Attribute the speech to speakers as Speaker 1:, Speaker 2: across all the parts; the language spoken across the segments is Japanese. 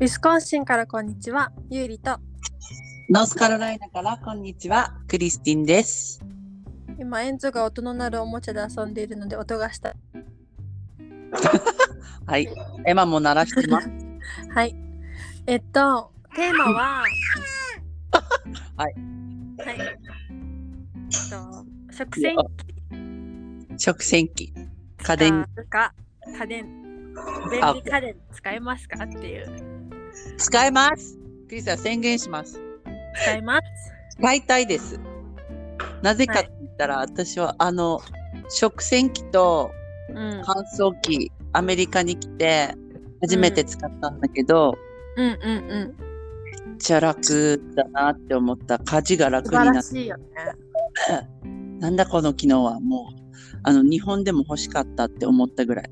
Speaker 1: ウィスコンシンからこんにちは、ゆうりと。
Speaker 2: ノースカロライナからこんにちは、クリスティンです。
Speaker 1: 今、エンゾが音の鳴るおもちゃで遊んでいるので音がした。
Speaker 2: はい、エマも鳴らしてます。
Speaker 1: はい。えっと、テーマは、はいはい。えっと、食洗
Speaker 2: 食洗機、
Speaker 1: 機
Speaker 2: 家電
Speaker 1: 使うか、家電、便利家電使えますかっていう。
Speaker 2: 使えます。クリスは宣言します。
Speaker 1: 使えます。
Speaker 2: 使いたいです。なぜかって言ったら、私はあの食洗機と
Speaker 1: うん。
Speaker 2: 乾燥機、アメリカに来て初めて使ったんだけど、
Speaker 1: うんうんうん。
Speaker 2: めっちゃ楽だなって思った。家事が楽
Speaker 1: 素
Speaker 2: に
Speaker 1: 晴
Speaker 2: なっ
Speaker 1: ら
Speaker 2: た。
Speaker 1: しいよね。
Speaker 2: なんだこの機能はもう、あの日本でも欲しかったって思ったぐらい。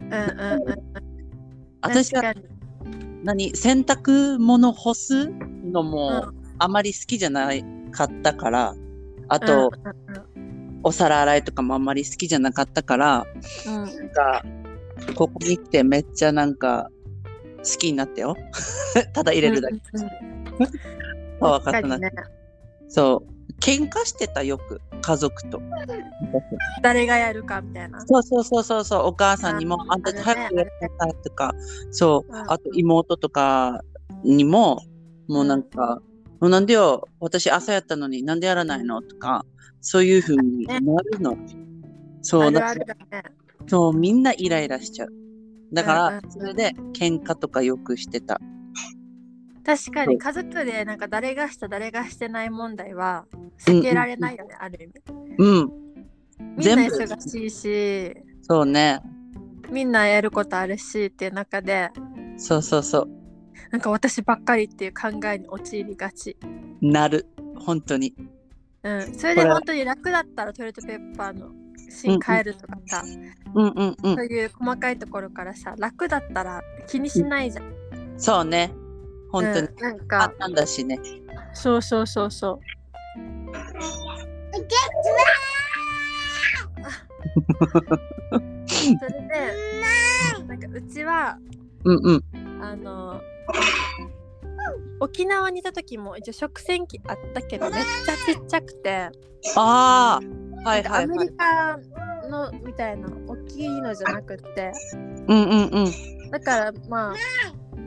Speaker 1: うんうんうん。
Speaker 2: 私は
Speaker 1: 確かに
Speaker 2: 何洗濯物干すの
Speaker 1: う
Speaker 2: も
Speaker 1: ん
Speaker 2: あまり好きじゃないかったから、あ
Speaker 1: うん
Speaker 2: と、お皿洗いとかもあんまり好きじゃなかったから、
Speaker 1: うんうん
Speaker 2: なんか、ここに来てめっちゃなんか、好きになったよ。 ただ入れるだけ。
Speaker 1: うんうん
Speaker 2: は分かっ
Speaker 1: 確か
Speaker 2: たな。
Speaker 1: にね
Speaker 2: そう。喧嘩してたよく、家族と。
Speaker 1: 誰がやるかみたいな。
Speaker 2: そうそうそうそうそう、お母さんにも、
Speaker 1: あ
Speaker 2: あんた
Speaker 1: あるね
Speaker 2: 早くやりなさいとか、そう、
Speaker 1: うん
Speaker 2: あと妹とかにも、もうなんか、もうなんでよ、私朝やったのになんでやらないのとか、そういうふうになるの。そう、
Speaker 1: ある
Speaker 2: だか
Speaker 1: あ
Speaker 2: ら
Speaker 1: るだね。
Speaker 2: そう、みんなイライラしちゃう。だか
Speaker 1: うん
Speaker 2: ら
Speaker 1: う、ん
Speaker 2: それで喧嘩とかよくしてた。
Speaker 1: 確かに家族でなんか誰がした誰がしてない問題は避けられないよね、ある意味。
Speaker 2: うん、
Speaker 1: みんな
Speaker 2: 全部
Speaker 1: 忙しいし、
Speaker 2: そうね。
Speaker 1: みんなやることあるしっていう中で、
Speaker 2: そうそうそう。
Speaker 1: なんか私ばっかりっていう考えに陥りがち。
Speaker 2: なる。本当に。
Speaker 1: うん、それ
Speaker 2: こ
Speaker 1: で
Speaker 2: れ
Speaker 1: 本当に楽だったらトイレットペーパーの芯変えるとかさ、
Speaker 2: うんうんうん
Speaker 1: そう。いう細かいところからさ、楽だったら気にしないじゃん。
Speaker 2: そうね。本当に。
Speaker 1: うんなん
Speaker 2: 簡
Speaker 1: か、
Speaker 2: 単だしね。
Speaker 1: そうそうそうそう。 それでなんかうちは
Speaker 2: うんうん。
Speaker 1: あの沖縄にいた時も一応食洗機あったけどめっちゃちっちゃくて、
Speaker 2: ああ。はいは
Speaker 1: ア
Speaker 2: い
Speaker 1: メ
Speaker 2: はい
Speaker 1: リ。カのみたいな大きいのじゃなくって
Speaker 2: うんうんうん。
Speaker 1: だからまあ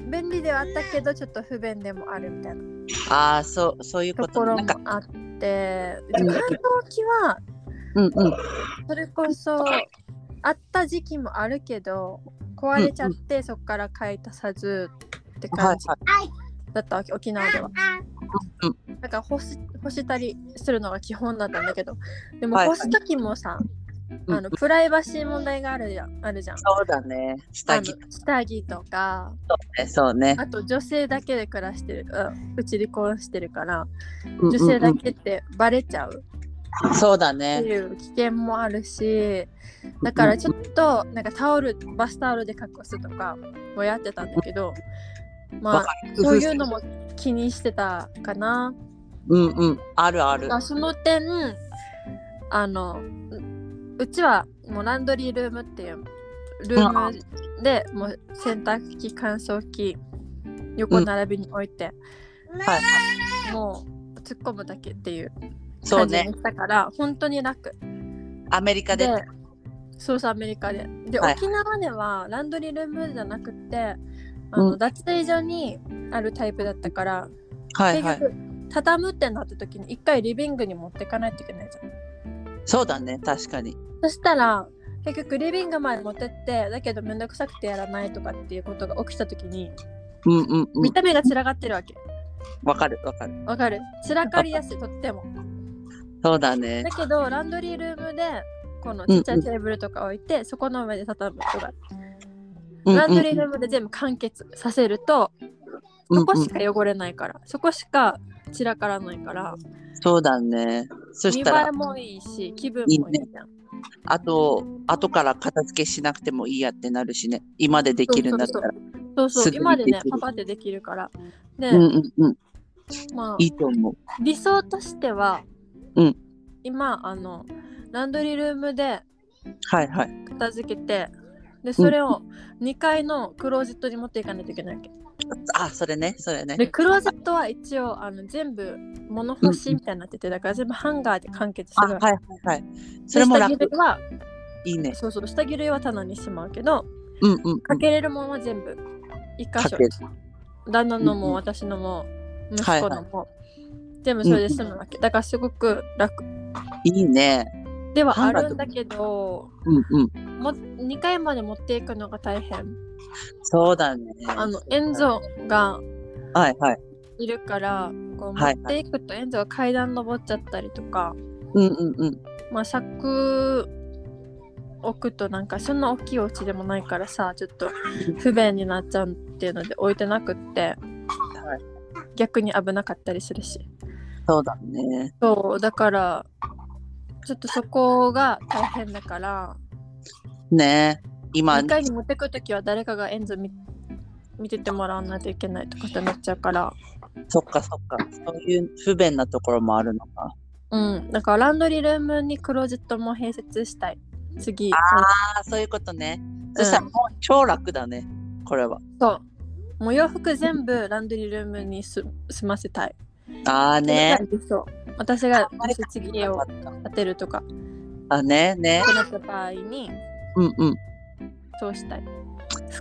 Speaker 1: 便利ではあったけどちょっと不便でもあるみたいな
Speaker 2: ああ、そう、そういう
Speaker 1: と
Speaker 2: こと
Speaker 1: こ
Speaker 2: ね。
Speaker 1: ろ
Speaker 2: な
Speaker 1: も
Speaker 2: んか、
Speaker 1: あってうち乾燥機は
Speaker 2: うんうん。
Speaker 1: それこそあった時期もあるけど壊れちゃって、そこから買い足さずって
Speaker 2: はいは
Speaker 1: 感じだったわけ、沖縄では。だから干し干したりするのが基本だったんだけどでも
Speaker 2: はい
Speaker 1: 干す時もさ、
Speaker 2: うん
Speaker 1: あのプライバシー問題があるじゃんあるじゃん。
Speaker 2: そうだね。下
Speaker 1: あ
Speaker 2: 着
Speaker 1: の下着とか
Speaker 2: ね、そうね。
Speaker 1: あと女性だけで暮らしてるうんうち離婚してるから
Speaker 2: うんうんう
Speaker 1: 女
Speaker 2: ん
Speaker 1: 性だけってバレちゃう
Speaker 2: そうだ
Speaker 1: って
Speaker 2: ね。
Speaker 1: いう危険もあるしだからちょっとなんかタオルバスタオルで隠すとかもやってたんだけどま
Speaker 2: わ
Speaker 1: あ
Speaker 2: かる
Speaker 1: そういうの。も気にしてたかな
Speaker 2: うんうん。あるある
Speaker 1: ま。あその点あのううちはもうランドリールームっていうルームでもう洗濯機乾燥機横並びに置いて、
Speaker 2: はい。
Speaker 1: もう突っ込むだけっていう
Speaker 2: そう
Speaker 1: 感じに
Speaker 2: ね。
Speaker 1: したから、本当に楽
Speaker 2: アメリカで。
Speaker 1: でそうそうアメリカでで、
Speaker 2: はい
Speaker 1: 沖縄ではランドリールームじゃなくってあの、
Speaker 2: うん
Speaker 1: 脱衣所にあるタイプだったから、
Speaker 2: はいはい。
Speaker 1: 結局畳むってなった時に一回リビングに持ってかないといけないじゃん
Speaker 2: そうだね。確かに。
Speaker 1: そしたら結局リビングまで持ってってだけど面倒くさくてやらないとかっていうことが起きた時に
Speaker 2: うんうんう
Speaker 1: 見
Speaker 2: ん。
Speaker 1: た目が散らかってるわけ
Speaker 2: わかるわかる。
Speaker 1: わかる散らかりやすいとっても
Speaker 2: そうだね
Speaker 1: だ。けどランドリールームでこのちっちゃいテーブルとか置いて、そこの上で畳むとか
Speaker 2: うんうん
Speaker 1: ランドリールームで全部完結させると、
Speaker 2: うんう
Speaker 1: そ
Speaker 2: ん
Speaker 1: こしか汚れないから、そこしか散らからないから、
Speaker 2: そうだね。そ
Speaker 1: 見
Speaker 2: し
Speaker 1: 栄
Speaker 2: たら
Speaker 1: え、もいいし、気分もいいじゃん。
Speaker 2: あと、後から片付けしなくてもいいやってなるしね。今でできるんだったら。
Speaker 1: そうそう
Speaker 2: す、ぐ
Speaker 1: 今でね
Speaker 2: でき、る
Speaker 1: パパでできるから。で、
Speaker 2: うんうんうん。
Speaker 1: ま
Speaker 2: い
Speaker 1: あ、
Speaker 2: いと思う。
Speaker 1: 理想としては、
Speaker 2: うん
Speaker 1: 今、あの、ランドリールームで
Speaker 2: はいはい。
Speaker 1: 片付けて、で、それを2階のクローゼットに持っていかないといけないわけ。
Speaker 2: あ、それね、それね。
Speaker 1: でクローゼットは一応あの全部物干しみたいになってて、だから全部ハンガーで完結す
Speaker 2: あ、
Speaker 1: る
Speaker 2: はい
Speaker 1: わけ。
Speaker 2: はいはい。それも
Speaker 1: で
Speaker 2: 楽
Speaker 1: 下着類はい
Speaker 2: いね。
Speaker 1: そうそう下着類は棚にしまうけど
Speaker 2: うんうんうん。
Speaker 1: かけれるものは全部一箇
Speaker 2: か
Speaker 1: 所
Speaker 2: ける
Speaker 1: 旦那の
Speaker 2: うんうん
Speaker 1: も私のも息
Speaker 2: はい
Speaker 1: 子のも、全部それで済むわけ、だからすごく楽
Speaker 2: いいね。
Speaker 1: ではあるんだけど
Speaker 2: うんうん。
Speaker 1: も2回まで持っていくのが大変
Speaker 2: そうだね。
Speaker 1: あのエンゾが
Speaker 2: はいはい。
Speaker 1: いるからこう持
Speaker 2: は
Speaker 1: っ
Speaker 2: い
Speaker 1: ていくとエンゾが階段登っちゃったりとか、
Speaker 2: うんうんうん。
Speaker 1: まあ柵置くとなんかそんな大きいお家でもないからさちょっと不便になっちゃうっていうので置いてなくって
Speaker 2: はい
Speaker 1: 逆に危なかったりするし
Speaker 2: そうだね。
Speaker 1: そうだからちょっとそこが大変だから
Speaker 2: ね今
Speaker 1: 2、回に持ってくるときは誰かがエンゾ見見ててもらわないといけないとかってなっちゃうから
Speaker 2: そっかそっか。そういう不便なところもあるのか。
Speaker 1: うんだからランドリールームにクローゼットも併設したい次
Speaker 2: ああ、そういうことね。そしたらもう超楽だね。これは。
Speaker 1: そうもう洋服全部ランドリールームにす済ませたい
Speaker 2: ああね。
Speaker 1: そう私が
Speaker 2: あ
Speaker 1: もし次家を建てるとか
Speaker 2: あ、ねね
Speaker 1: っ。てなった場合に
Speaker 2: うんうん。
Speaker 1: そうしたい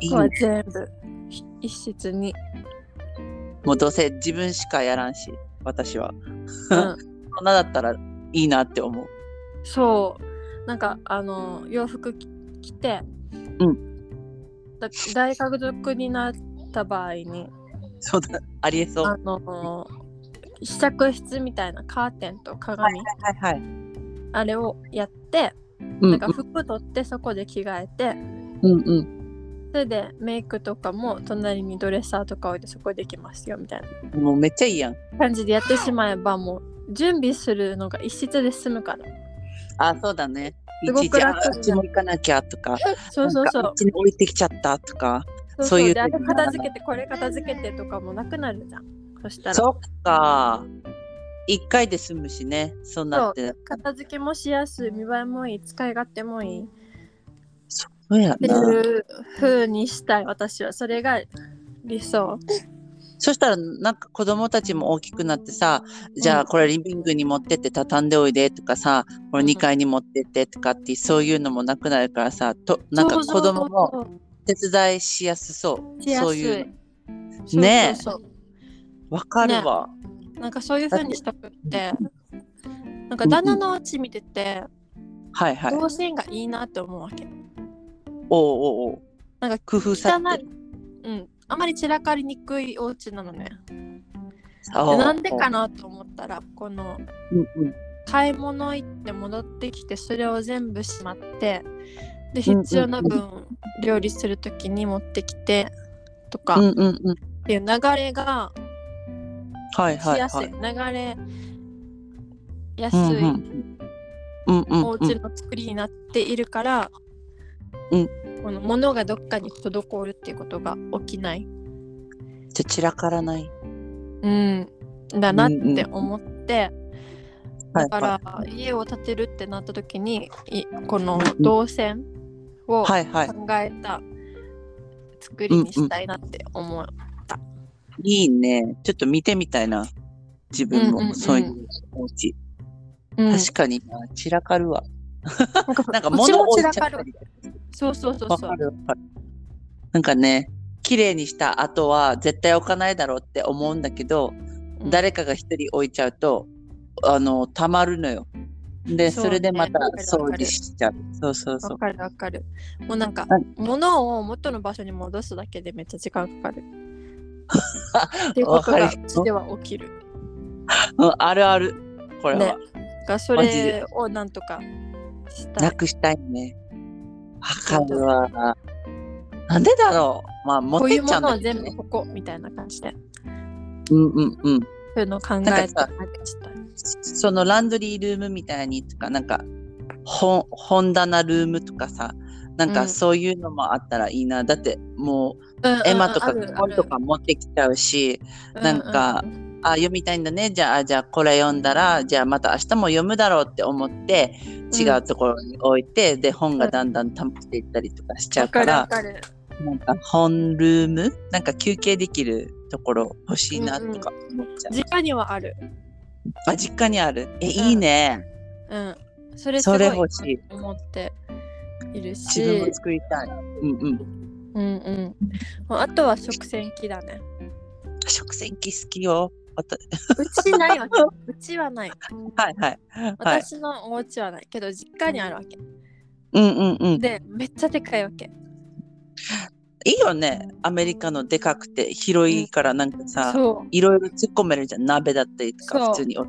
Speaker 2: いい
Speaker 1: 服は
Speaker 2: ね
Speaker 1: 全部ひ一室に、
Speaker 2: もうどうせ自分しかやらんし、私は。
Speaker 1: うん、
Speaker 2: そんなだったらいいなって思う。
Speaker 1: そうなんかあの洋服き着て、
Speaker 2: う
Speaker 1: だ大家族になった場合に
Speaker 2: そうだ、ありえそう。
Speaker 1: あ
Speaker 2: は
Speaker 1: の試着室みたいなカーテンと鏡、
Speaker 2: いはい。
Speaker 1: あれをやって、
Speaker 2: うんう
Speaker 1: なん
Speaker 2: ん
Speaker 1: か服取ってそこで着替えて
Speaker 2: うんうん
Speaker 1: それでメイクとかも隣にドレッサーとか置いてそこできますよみたいな
Speaker 2: もうめっちゃいいやん。
Speaker 1: 感じでやってしまえばもう準備するのが一室で済むから
Speaker 2: あ、そうだね。い
Speaker 1: すご
Speaker 2: ち
Speaker 1: く
Speaker 2: いち、あ
Speaker 1: 楽になる
Speaker 2: あっちも行かなきゃとか、
Speaker 1: そうそうそ
Speaker 2: なんかあっ
Speaker 1: う
Speaker 2: ちに置いてきちゃったとか。
Speaker 1: そう
Speaker 2: そういう
Speaker 1: であれ片付けてこれ片付けてとかもなくなるじゃんそしたら
Speaker 2: そっか。一回で済むしね、そうなって。
Speaker 1: 片付けもしやすい見栄えもいい使い勝手もいいっ
Speaker 2: そうや
Speaker 1: てい
Speaker 2: な。
Speaker 1: う風にしたい私はそれが理想
Speaker 2: そしたら、なんか子供たちも大きくなってさ、じゃ
Speaker 1: う
Speaker 2: あ
Speaker 1: ん
Speaker 2: これリビングに持ってって畳んでおいでとかさ、これ
Speaker 1: うん
Speaker 2: 2階に持ってってとかって、そういうのもなくなるからさ、となんか子供も
Speaker 1: も
Speaker 2: 手伝いしやすそう。
Speaker 1: しや
Speaker 2: そ
Speaker 1: す
Speaker 2: うい
Speaker 1: いうそう
Speaker 2: ねえ
Speaker 1: そうそ
Speaker 2: の。わかるわ。
Speaker 1: うなんかそういう風にしたくってなんか旦那のうち見てて
Speaker 2: はいはい。おう
Speaker 1: 動線がいいなって思うわけ
Speaker 2: おうおう。
Speaker 1: なんか
Speaker 2: 工夫さ
Speaker 1: 汚
Speaker 2: れて
Speaker 1: い
Speaker 2: る。
Speaker 1: うんあまり散らかりにくいお家なのね
Speaker 2: あ
Speaker 1: でなんでか。なと思ったらこの
Speaker 2: うんうん
Speaker 1: 買い物行って戻ってきてそれを全部しまってで
Speaker 2: うんうん
Speaker 1: 必要な分料理する時に持ってきてとか
Speaker 2: う
Speaker 1: っ
Speaker 2: んうんうん。
Speaker 1: ていう流れが
Speaker 2: はい
Speaker 1: し
Speaker 2: はい
Speaker 1: やすい、
Speaker 2: はい。
Speaker 1: 流れやす
Speaker 2: うんう
Speaker 1: い
Speaker 2: ん。うんうん
Speaker 1: お
Speaker 2: う
Speaker 1: 家
Speaker 2: ん。
Speaker 1: の作りになっているから、
Speaker 2: うん
Speaker 1: この物がどっかに滞るっていうことが起きない、
Speaker 2: じゃ散らからない。
Speaker 1: うん、だなっ
Speaker 2: うん
Speaker 1: て
Speaker 2: うん
Speaker 1: 思って、だ
Speaker 2: はい
Speaker 1: か
Speaker 2: は
Speaker 1: ら家を建てるってなった時にいこの動線を、
Speaker 2: い。はいはい。
Speaker 1: 考えた作りにしたいなって思う。
Speaker 2: いいね。ちょっと見てみたいな。自分
Speaker 1: うんうんう
Speaker 2: も
Speaker 1: ん
Speaker 2: そういうお家。
Speaker 1: うん
Speaker 2: 確かにな散らかるわ。
Speaker 1: なんか
Speaker 2: なんか
Speaker 1: うち
Speaker 2: 物
Speaker 1: も散
Speaker 2: を置い
Speaker 1: ら
Speaker 2: ちゃ
Speaker 1: か
Speaker 2: っ
Speaker 1: る
Speaker 2: た。り。
Speaker 1: そうそうそう
Speaker 2: わ
Speaker 1: そ
Speaker 2: か
Speaker 1: う。
Speaker 2: るわかる。なんかね、綺麗にした後は絶対置かないだろうって思うんだけど、
Speaker 1: うん
Speaker 2: 誰かが一人置いちゃうと、あの、たまるのよ。で、
Speaker 1: そ
Speaker 2: そ
Speaker 1: うね
Speaker 2: れでまた
Speaker 1: わかるわかる
Speaker 2: 掃除しちゃう。そうそうそ
Speaker 1: わ
Speaker 2: う。
Speaker 1: かるわかる。もうなんか
Speaker 2: はい、
Speaker 1: 物を元の場所に戻すだけでめっちゃ時間 かかる。っていうこ
Speaker 2: わ
Speaker 1: と
Speaker 2: かる
Speaker 1: がうちでは起きる。
Speaker 2: うんあるある。これは。
Speaker 1: ね。がそ
Speaker 2: マジで
Speaker 1: れをなんとかした。
Speaker 2: ないくしたいね。わかるわ。なんでだろうまあ、持
Speaker 1: こ
Speaker 2: っ
Speaker 1: うい
Speaker 2: て
Speaker 1: う
Speaker 2: っちゃ
Speaker 1: も
Speaker 2: うん
Speaker 1: の
Speaker 2: だ
Speaker 1: は全
Speaker 2: けど
Speaker 1: 部
Speaker 2: ね。
Speaker 1: ここみたいな感じで。
Speaker 2: うんうんうん。
Speaker 1: そういうのを考えて
Speaker 2: なんかさ
Speaker 1: したい。
Speaker 2: そのランドリールームみたいにとか、なんか本本棚ルームとかさ、なん
Speaker 1: う
Speaker 2: か
Speaker 1: ん
Speaker 2: そういうのもあったらいいな。だってもう
Speaker 1: うんうんうん
Speaker 2: 絵馬とか
Speaker 1: あるあ
Speaker 2: 本
Speaker 1: る
Speaker 2: とか持ってきちゃうし、
Speaker 1: う
Speaker 2: なんか
Speaker 1: ううん
Speaker 2: あ読みたいんだね。じゃあ、あじゃあこれ読んだら、じゃあまた明日も読むだろうって思って、違うところに置いて、で、本がだんだん溜まっていったりとかしちゃ
Speaker 1: わ
Speaker 2: う
Speaker 1: か
Speaker 2: か
Speaker 1: るわ
Speaker 2: ら、
Speaker 1: かる。
Speaker 2: なんか本ルームなんか休憩できるところ欲しいなとか思っちゃう。
Speaker 1: 実家にはある。
Speaker 2: あ実家にあるえ、いいね。
Speaker 1: うん。それすご
Speaker 2: そ
Speaker 1: い
Speaker 2: れ欲しい。
Speaker 1: 思っている
Speaker 2: 自分
Speaker 1: し
Speaker 2: も、作りたい。うんうん。
Speaker 1: うんうん。あとは食洗機だね。
Speaker 2: 食洗機好きよ。わた
Speaker 1: うちない わけ。うちはない。
Speaker 2: はいはい。はい。
Speaker 1: 私のお家はないけど、実家にあるわけ。
Speaker 2: うんうんうん。
Speaker 1: で、めっちゃでかいわけ。
Speaker 2: いいよね。アメリカのでかくて広いからなんかさ。
Speaker 1: そ
Speaker 2: いろいろ突っ込めるじゃん鍋だったりと
Speaker 1: そ
Speaker 2: か
Speaker 1: う
Speaker 2: 普通にお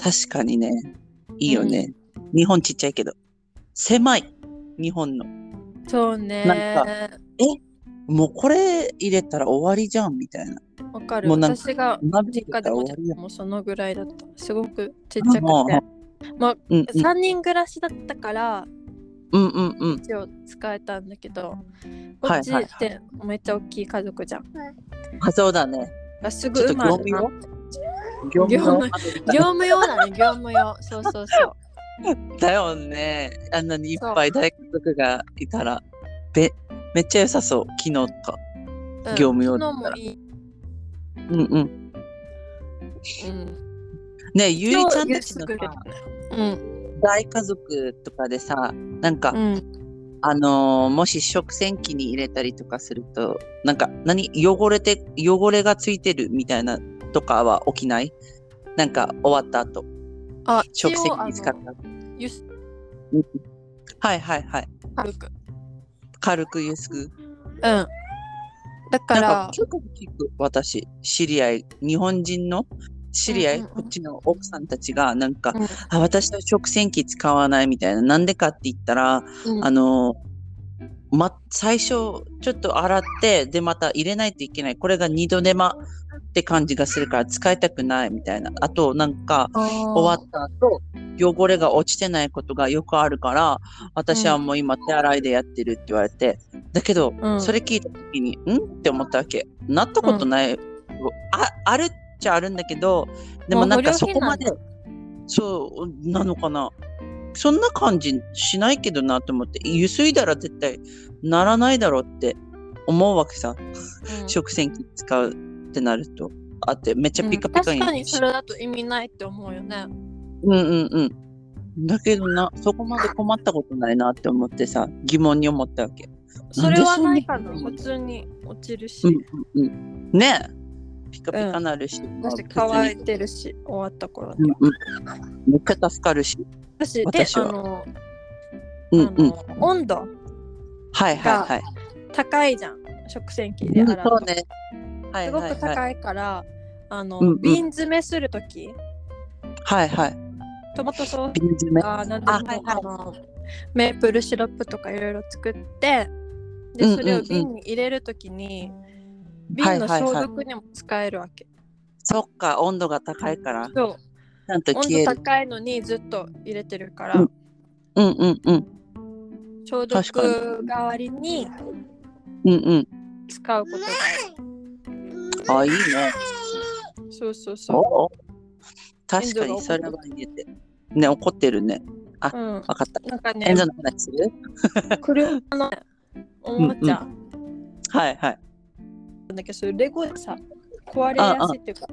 Speaker 2: 確かにねいいよね、日本ちっちゃいけど狭い日本の
Speaker 1: う。そうね。
Speaker 2: なもうこれ入れたら終わりじゃんみたいな
Speaker 1: わかる。
Speaker 2: もうなんか
Speaker 1: 私が
Speaker 2: 鍋
Speaker 1: 実
Speaker 2: 入れ
Speaker 1: 家
Speaker 2: た
Speaker 1: で
Speaker 2: ら
Speaker 1: も
Speaker 2: 終わりやん
Speaker 1: もうそのぐらいだった。すごくちっちゃく
Speaker 2: うん
Speaker 1: て。
Speaker 2: うんうん
Speaker 1: 3人暮らしだったから、
Speaker 2: うんうんうん
Speaker 1: 一応使えたんだけど、こ
Speaker 2: はい
Speaker 1: っち
Speaker 2: はいはい
Speaker 1: ってめっちゃ大きい家族じゃん。
Speaker 2: あそうだね
Speaker 1: あすぐ
Speaker 2: ちょっと
Speaker 1: 埋まるな
Speaker 2: 業務用業務
Speaker 1: 業
Speaker 2: 用
Speaker 1: 業務用だね、業務用。そうそうそう。
Speaker 2: だよねあんなにいっ
Speaker 1: そう
Speaker 2: ぱい大家族がいたらべめっちゃ良さそう昨日とか
Speaker 1: うん
Speaker 2: 業務用だ
Speaker 1: 昨
Speaker 2: った
Speaker 1: 日もい
Speaker 2: ら
Speaker 1: い。
Speaker 2: うんうん
Speaker 1: うん。
Speaker 2: ねえゆりちゃん
Speaker 1: 今
Speaker 2: た
Speaker 1: 日
Speaker 2: ち
Speaker 1: す
Speaker 2: の
Speaker 1: ぐ
Speaker 2: さ
Speaker 1: だうん。
Speaker 2: 大家族とかでさなんか、
Speaker 1: うん。
Speaker 2: あのーもし食洗機に入れたりとかすると、なんか、何、汚れて、汚れがついてるみたいなとかは起きないなんか、終わった後、
Speaker 1: あ、
Speaker 2: 食洗
Speaker 1: 一応
Speaker 2: 機使っ。た後。
Speaker 1: あのゆす
Speaker 2: はいはいはい。
Speaker 1: 軽く
Speaker 2: 軽くゆすぐ。
Speaker 1: うん。だか、、
Speaker 2: なんから結構聞く、私、知り合い、日本人の知り合い、
Speaker 1: うんうんうん
Speaker 2: こっちの奥さんたちが、なんか、
Speaker 1: うん
Speaker 2: あ、私は食洗機使わないみたいな。なんでかって言ったら、
Speaker 1: うん
Speaker 2: あの、ま、最初、ちょっと洗って、で、また入れないといけない。これが二度手間って感じがするから使いたくないみたいな。あと、なんか、終わった後、汚れが落ちてないことがよくあるから、私はもう今手洗いでやってるって言われて。だけど、
Speaker 1: うん
Speaker 2: それ聞いた時に、んって思ったわけ。なったことない。あ、あるっちゃあるんだけど、でもなんか
Speaker 1: もう
Speaker 2: そ
Speaker 1: 不良
Speaker 2: こ
Speaker 1: 品な
Speaker 2: ま
Speaker 1: んだ
Speaker 2: で、そう、なのかな。そんな感じしないけどなと思って、ゆすいだら絶対ならないだろうって思うわけさ。
Speaker 1: うん
Speaker 2: 食洗機使うってなると。あって、めっちゃピカピカ
Speaker 1: うん確
Speaker 2: にな
Speaker 1: か
Speaker 2: る
Speaker 1: に
Speaker 2: し
Speaker 1: それだと意味ないって思うよね。
Speaker 2: うんうんうん。だけどな、そこまで困ったことないなって思ってさ、疑問に思ったわけ。
Speaker 1: それはないかな。
Speaker 2: なんでそんな
Speaker 1: 普通に落ちるし
Speaker 2: う、んうんうん。ねえ。ピカピカなるし。
Speaker 1: だ
Speaker 2: まあ
Speaker 1: し
Speaker 2: 別に
Speaker 1: 乾いてるし、終わった頃
Speaker 2: う
Speaker 1: に
Speaker 2: ん
Speaker 1: は。
Speaker 2: うん。めっちゃ助かるし。
Speaker 1: 私、で、
Speaker 2: 私
Speaker 1: あ
Speaker 2: は
Speaker 1: の、
Speaker 2: うん
Speaker 1: あ
Speaker 2: うん。
Speaker 1: の温度
Speaker 2: はいはいはい。
Speaker 1: 高いじゃん。食洗機で
Speaker 2: うん
Speaker 1: 洗う
Speaker 2: そ
Speaker 1: と
Speaker 2: う。ね。はい
Speaker 1: すご
Speaker 2: はい
Speaker 1: く
Speaker 2: はい。
Speaker 1: 高いから、あの
Speaker 2: うんうん、
Speaker 1: 瓶詰めするとき、
Speaker 2: はいはい。
Speaker 1: トマトソース
Speaker 2: 瓶詰め。
Speaker 1: あなん
Speaker 2: あ
Speaker 1: でもあのメープルシロップとかいろいろ作ってで
Speaker 2: うんうんうん
Speaker 1: それを瓶に入れるときに、
Speaker 2: はい
Speaker 1: 瓶の
Speaker 2: はいはい
Speaker 1: 消毒にも使えるわけ、
Speaker 2: そっか、温度が高いから、ち
Speaker 1: そ
Speaker 2: ゃんと
Speaker 1: う温
Speaker 2: 消え
Speaker 1: 度
Speaker 2: る。
Speaker 1: 高いのにずっと入れてるから、
Speaker 2: うんうんうんうん。
Speaker 1: 消
Speaker 2: 確か
Speaker 1: 毒代わりに
Speaker 2: うん
Speaker 1: 使うことが
Speaker 2: うん。あ、いいね。
Speaker 1: そうそうそ
Speaker 2: おお確かにそれは言えて。ね、怒ってるね。
Speaker 1: う、うん、
Speaker 2: わかった。
Speaker 1: なんかね
Speaker 2: 演者の話する
Speaker 1: 車のおもちゃな
Speaker 2: はいはい。
Speaker 1: んだけど、それレゴでさ壊れやすいっていうか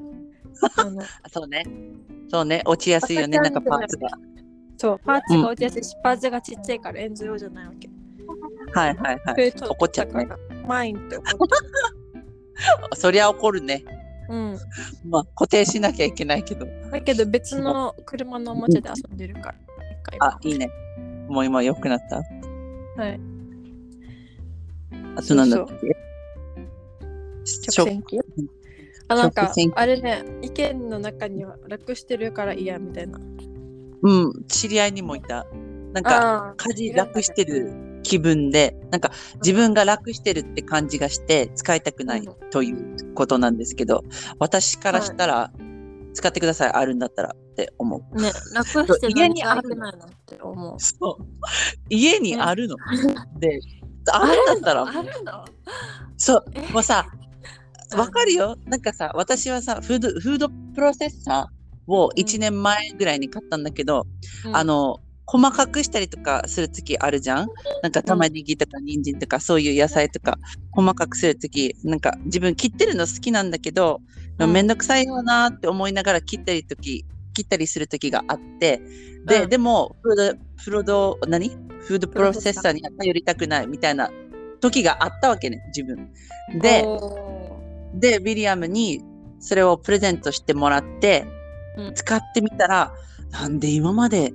Speaker 1: あの
Speaker 2: あそうね。そうね。落ちやすいよね。なんかパーツが。
Speaker 1: そうパーツが落ちやすいし、パーツがちっちゃいから円図用じゃないわけ
Speaker 2: はいはいはい。怒っちゃったね。
Speaker 1: マインって怒っちゃ
Speaker 2: そりゃ怒るね。
Speaker 1: う。うん。
Speaker 2: まあ固定しなきゃいけないけど。
Speaker 1: だけど別の車のおもちゃで遊んでるから。
Speaker 2: あ、いいね。もう今良くなった。
Speaker 1: はい。
Speaker 2: あとなんだっけ
Speaker 1: 直
Speaker 2: 食
Speaker 1: 線機あ、なんか
Speaker 2: 直線、機
Speaker 1: あれね、意見の中には楽してるから嫌みたいな。
Speaker 2: うん。知り合いにもいた。なんか、
Speaker 1: あ
Speaker 2: 家事楽してる気分で、なんか自分が楽してるって感じがして使いたくないということなんですけど、私からしたら、使ってください、あるんだったらって思う。
Speaker 1: あ、ね、楽してる
Speaker 2: 家にある
Speaker 1: くないなって思う。
Speaker 2: そう。家にあるの。で、あるんだったら、
Speaker 1: あるの
Speaker 2: そう
Speaker 1: え、
Speaker 2: もうさ、
Speaker 1: うん
Speaker 2: わかるよ。なんかさ、私はさ、フード、フードプロセッサーを1年前ぐらいに買ったんだけど、あ、の、細かくしたりとかする時あるじゃんなんか玉ねぎとか人参とかそういう野菜とか細かくする時なんか自分切ってるの好きなんだけど、
Speaker 1: うん
Speaker 2: めんどくさいよなって思いながら切ったり時切ったりする時があってで、
Speaker 1: うん
Speaker 2: でもフードフード何フードプロセッサーに頼りたくないみたいな時があったわけね自分で
Speaker 1: お
Speaker 2: で、ウィリアムにそれをプレゼントしてもらって、
Speaker 1: うん
Speaker 2: 使ってみたら、なんで今まで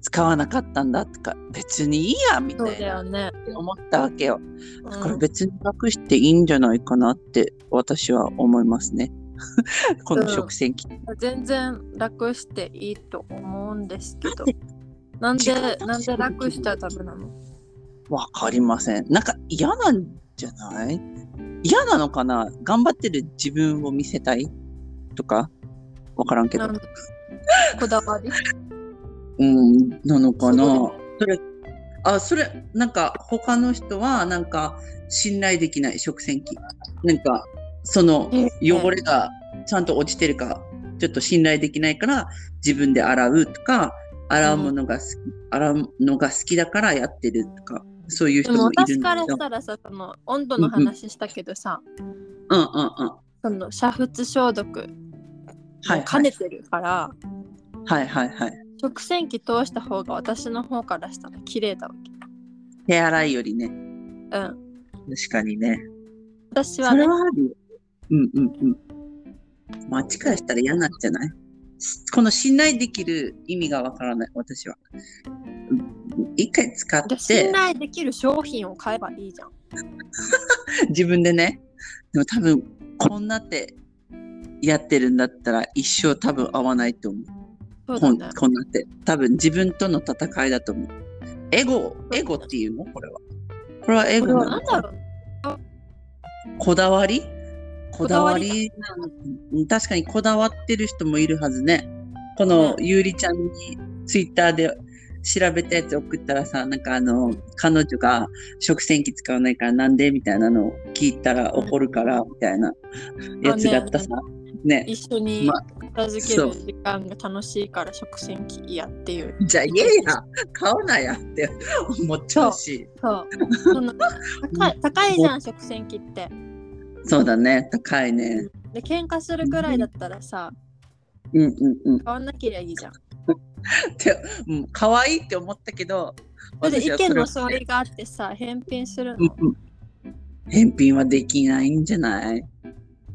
Speaker 2: 使わなかったんだとか、別にいいやみ
Speaker 1: ー
Speaker 2: た
Speaker 1: そう
Speaker 2: い
Speaker 1: だ
Speaker 2: な
Speaker 1: よね。
Speaker 2: 思ったわけよ。
Speaker 1: うん
Speaker 2: だから別に隠していいんじゃないかなって私は思いま すね。この食洗機。
Speaker 1: 全然楽していいと思うんですけど。なん
Speaker 2: 時間
Speaker 1: で
Speaker 2: 経、つ
Speaker 1: なんで楽しちゃダメなの
Speaker 2: わかりません。なんか嫌なんじゃない嫌なのかな頑張ってる自分を見せたいとかわからんけど
Speaker 1: な。んでこだわり
Speaker 2: うん、なのかな
Speaker 1: すごい。
Speaker 2: それ、あ、それ、なんか、他の人は、なんか、信頼できない食洗機。なんか、その
Speaker 1: ええ
Speaker 2: 汚れがちゃんと落ちてるか、ちょっと信頼できないから、自分で洗うとか、洗うものが好き、洗うのが好きだからやってるとか、そういう
Speaker 1: で
Speaker 2: 人
Speaker 1: も
Speaker 2: もいる
Speaker 1: 私
Speaker 2: ん
Speaker 1: か
Speaker 2: だ
Speaker 1: ら
Speaker 2: けど
Speaker 1: し。たらさ、その温度の話したけどさ、
Speaker 2: うんうんうん。
Speaker 1: その煮沸消毒
Speaker 2: は
Speaker 1: 兼
Speaker 2: い、はい。
Speaker 1: ねてるから、
Speaker 2: はいはいはい。
Speaker 1: 食洗機通した方が私の方からしたら綺麗だわ
Speaker 2: 手洗いよりね、
Speaker 1: け。うん。
Speaker 2: 確かにね。
Speaker 1: 私は
Speaker 2: それ
Speaker 1: ね、
Speaker 2: はあるよ。うんうんうん。間違いしたら嫌なんじゃないこの信頼できる意味がわからない、私は。うん一回使っ
Speaker 1: じゃあ信
Speaker 2: て、
Speaker 1: 頼できる商品を買えばいいじゃん。
Speaker 2: 自分でね、でも多分、こんなってやってるんだったら一生多分合わないと思う。
Speaker 1: そう
Speaker 2: こん
Speaker 1: だね。
Speaker 2: こんなって。多分自分との戦いだと思う。エゴ、エゴっていうのこれは。これはエ
Speaker 1: これ
Speaker 2: ゴな
Speaker 1: は
Speaker 2: の
Speaker 1: 何だろう
Speaker 2: こだわりこ
Speaker 1: こ
Speaker 2: だ
Speaker 1: だ
Speaker 2: わ
Speaker 1: わ
Speaker 2: り
Speaker 1: り
Speaker 2: うん確かにこだわってる人もいるはずね。このゆうりちゃんにツイッターで調べたやつ送ったらさ、なんかあの、彼女が食洗機使わないからなんでみたいなのを聞いたら怒るからみたいなやつだったさ。ね。
Speaker 1: 一緒に
Speaker 2: ま
Speaker 1: 片付ける時間が楽しいから食洗機嫌っていう。
Speaker 2: じゃあ言えや買わなやって思っちゃうし。
Speaker 1: そう。 その高い高いじゃん、食洗機って。
Speaker 2: そうだね。高いね。
Speaker 1: で、喧嘩するぐらいだったらさ、
Speaker 2: うんうんうん。
Speaker 1: 買わなきゃいいじゃん。
Speaker 2: うん、可愛いって思ったけど、
Speaker 1: それで
Speaker 2: 私
Speaker 1: 意
Speaker 2: はそ
Speaker 1: 見
Speaker 2: れ
Speaker 1: の相違があってさ、返品する
Speaker 2: うん
Speaker 1: の。
Speaker 2: うん返品はできないんじゃない、
Speaker 1: ね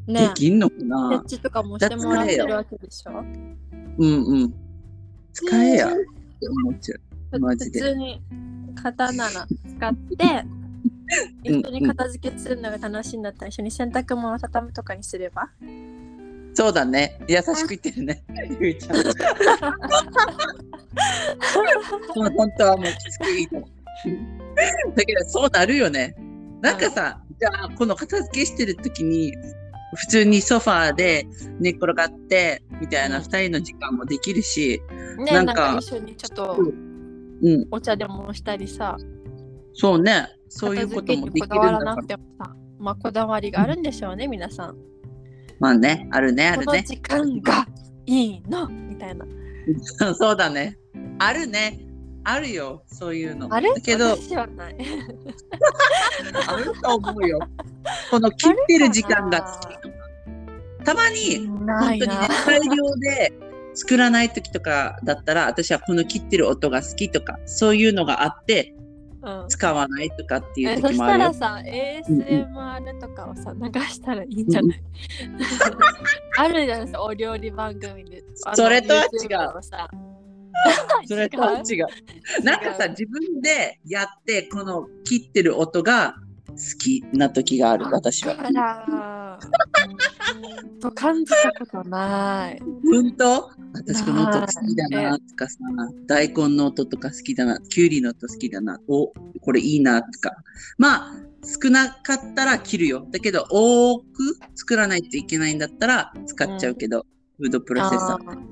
Speaker 2: できんのか
Speaker 1: え。
Speaker 2: な
Speaker 1: 設置とかもしてもらってるわけでしょ。
Speaker 2: うんうん。使えやって思っちゃう。マ
Speaker 1: 普
Speaker 2: ジで
Speaker 1: 通に刀なら使 って、
Speaker 2: うんうん
Speaker 1: 一緒に片付けするのが楽しいんだったら、一緒に洗濯物を畳むとかにすれば。
Speaker 2: そうだね。優しく言ってるね。ゆうちゃん。もう本当はもうきつく言いたい。だけどそうなるよね。なんかさ、じゃあこの片付けしてる時に普通にソファーで寝っ転がってみたいな
Speaker 1: うん
Speaker 2: 二人の時間もできるし、
Speaker 1: ねえなん
Speaker 2: な
Speaker 1: ん
Speaker 2: か
Speaker 1: か一緒にちょっと
Speaker 2: うん、
Speaker 1: お茶でもしたりさ、
Speaker 2: そうね。そうい
Speaker 1: 片
Speaker 2: うこ
Speaker 1: 付け
Speaker 2: とも
Speaker 1: に
Speaker 2: できる
Speaker 1: こだ
Speaker 2: んだ
Speaker 1: わ
Speaker 2: から
Speaker 1: なく
Speaker 2: ら。
Speaker 1: てもさ、まあこだわりがあるんでしょうね、皆さん。
Speaker 2: まあね、あるね、あ
Speaker 1: こ
Speaker 2: る
Speaker 1: の
Speaker 2: ね。
Speaker 1: 時間がいいのみたいな。
Speaker 2: そうだね。あるね。あるよ、そういうの。
Speaker 1: あれ
Speaker 2: だけど、
Speaker 1: 私はない。
Speaker 2: あると思 うよ。この切ってる時間が好きとか。たまに、
Speaker 1: な
Speaker 2: 本
Speaker 1: い
Speaker 2: 当にね
Speaker 1: な。、
Speaker 2: 大量で作らない時とかだったら、私はこの切ってる音が好きとか、そういうのがあって、
Speaker 1: うん
Speaker 2: 使わないとかってい
Speaker 1: え
Speaker 2: う
Speaker 1: そ
Speaker 2: 時
Speaker 1: し
Speaker 2: もあ
Speaker 1: た
Speaker 2: る
Speaker 1: ら
Speaker 2: よ。
Speaker 1: さ、ASMR とかをさ、流したらいいんじゃ ない、あるじゃないですか、お料理番組で。あの
Speaker 2: それとは違う
Speaker 1: YouTube のさ
Speaker 2: それとは違う。なんかさ、自分でやって、この切ってる音が好きな時がある、私は。
Speaker 1: あ らー。と感じたことない。
Speaker 2: 本当私この音好きだなとかさ、大根の音とか好きだな、きゅうりの音好きだな、お、これいいなとか。まあ、少なかったら切るよ。だけど、多く作らないといけないんだったら使っちゃうけど、フードプロセッサー。
Speaker 1: あー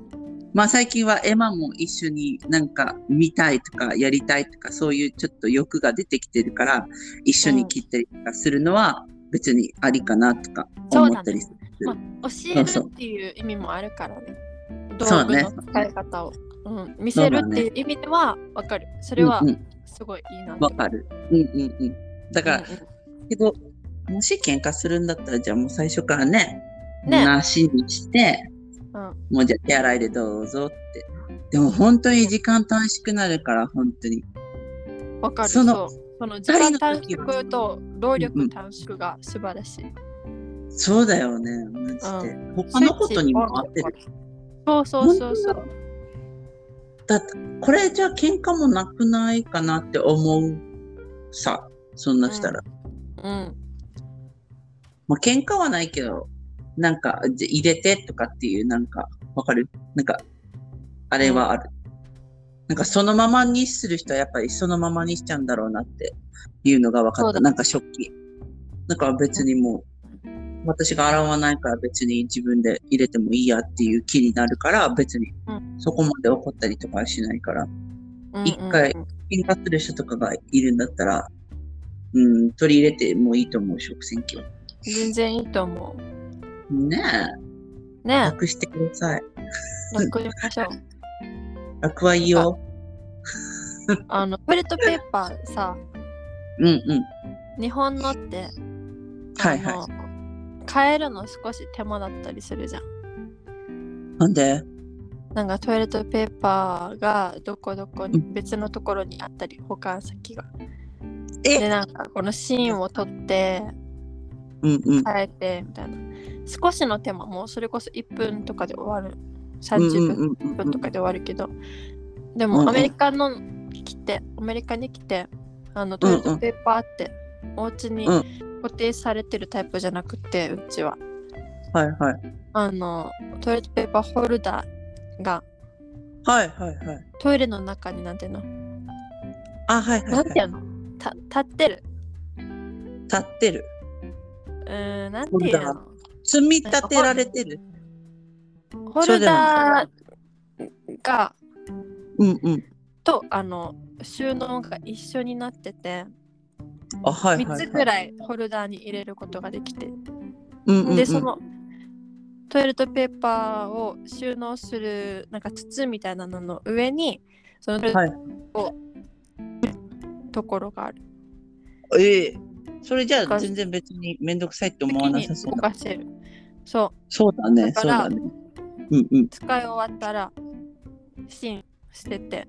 Speaker 2: まあ最近はエマも一緒になんか見たいとかやりたいとかそういうちょっと欲が出てきてるから、一緒に切ったりとかするのは別にありかなとか思ったりする。
Speaker 1: まあ、教えるっていう意味もあるからね。道具の使い方を。ううん、見せるっていう意味ではわかる。それは
Speaker 2: うんうん
Speaker 1: すごいいいなって
Speaker 2: わかる。うんうんうん。だから、けど、もし喧嘩するんだったら、じゃあもう最初からね、
Speaker 1: ね
Speaker 2: なしにして、
Speaker 1: うんうん
Speaker 2: もうじゃあ手洗いでどうぞって。でも本当に時間短縮になるから、本当に。
Speaker 1: うん、わかる。そ
Speaker 2: その
Speaker 1: うその時間短
Speaker 2: 二人の
Speaker 1: 縮と労
Speaker 2: うんう
Speaker 1: 力
Speaker 2: ん
Speaker 1: 短縮が素晴らしい。
Speaker 2: そうだよね、マジで。他のことにも合ってる。
Speaker 1: そうそうそうそ
Speaker 2: 本
Speaker 1: う。
Speaker 2: 当だだって、これじゃあ喧嘩もなくないかなって思うさ、そんなしたら。
Speaker 1: うん。
Speaker 2: まあ、喧嘩はないけど、なんか、じゃ入れてとかっていう、なんか、わかるなんか、あれはある。なんか、そのままにする人はやっぱりそのままにしちゃうんだろうなっていうのが分か
Speaker 1: そ
Speaker 2: っ
Speaker 1: うだ
Speaker 2: た。なんか、食器。なんか別にもう、私が洗わないから別に自分で入れてもいいやっていう気になるから、別に
Speaker 1: う
Speaker 2: そこまで怒ったりとかはしないから、
Speaker 1: うん
Speaker 2: 一回
Speaker 1: うん
Speaker 2: 喧嘩する人とかがいるんだったら、うん、取り入れてもいいと思う、食洗機は。
Speaker 1: 全然いいと思う。
Speaker 2: ねえ。
Speaker 1: ね
Speaker 2: 楽してください。
Speaker 1: え、作りましょう。
Speaker 2: 楽はいいよ。
Speaker 1: あの、トイレットペーパーさ、
Speaker 2: うんうん。
Speaker 1: 日本のって、
Speaker 2: はいはい
Speaker 1: あの変えるの少し手間だったりするじゃん。
Speaker 2: なんで
Speaker 1: なんかトイレットペーパーがどこどこに別のところにあったり保管先が。
Speaker 2: え
Speaker 1: でなんかこの芯を取って
Speaker 2: うんうん。
Speaker 1: 変えてみたいな。少しの手間もうそれこそ1分とかで終わる。
Speaker 2: うんう
Speaker 1: 30
Speaker 2: んうん
Speaker 1: 分とかで終わるけど。で
Speaker 2: うんうん
Speaker 1: もアメリカの来てアメリカに来てあのトイレットペーパーってお家に
Speaker 2: うん
Speaker 1: 固定されてるタイプじゃなくてうちは。
Speaker 2: はいはい。
Speaker 1: あのトイレットペーパーホルダーが
Speaker 2: はいはいはい。
Speaker 1: トイレの中になんていうの
Speaker 2: あ、はいはい、
Speaker 1: な
Speaker 2: は
Speaker 1: んていうのた立ってる
Speaker 2: い。立ってる。
Speaker 1: うーんなんていうの
Speaker 2: 積み立てられてる。
Speaker 1: ホルダーが
Speaker 2: うんうん。
Speaker 1: とあの収納が一緒になってて
Speaker 2: あ、はい
Speaker 1: 3
Speaker 2: はい、
Speaker 1: つ
Speaker 2: は
Speaker 1: ぐ
Speaker 2: い。
Speaker 1: らいホルダーに入れることができて
Speaker 2: うんうんうん、
Speaker 1: でそのトイレットペーパーを収納するなんか筒みたいなのの上にそのトイレット
Speaker 2: は
Speaker 1: ペ
Speaker 2: い
Speaker 1: ーパーをところがある
Speaker 2: ええそれじゃ
Speaker 1: だか
Speaker 2: あ
Speaker 1: ら
Speaker 2: 全然別にめんどくさいって思わ
Speaker 1: 先
Speaker 2: な
Speaker 1: に
Speaker 2: さそう
Speaker 1: 動
Speaker 2: だ。
Speaker 1: かせるそう
Speaker 2: そうだね、
Speaker 1: だか
Speaker 2: そう
Speaker 1: ら
Speaker 2: だね。うんうん。
Speaker 1: 使い終わったら芯捨てて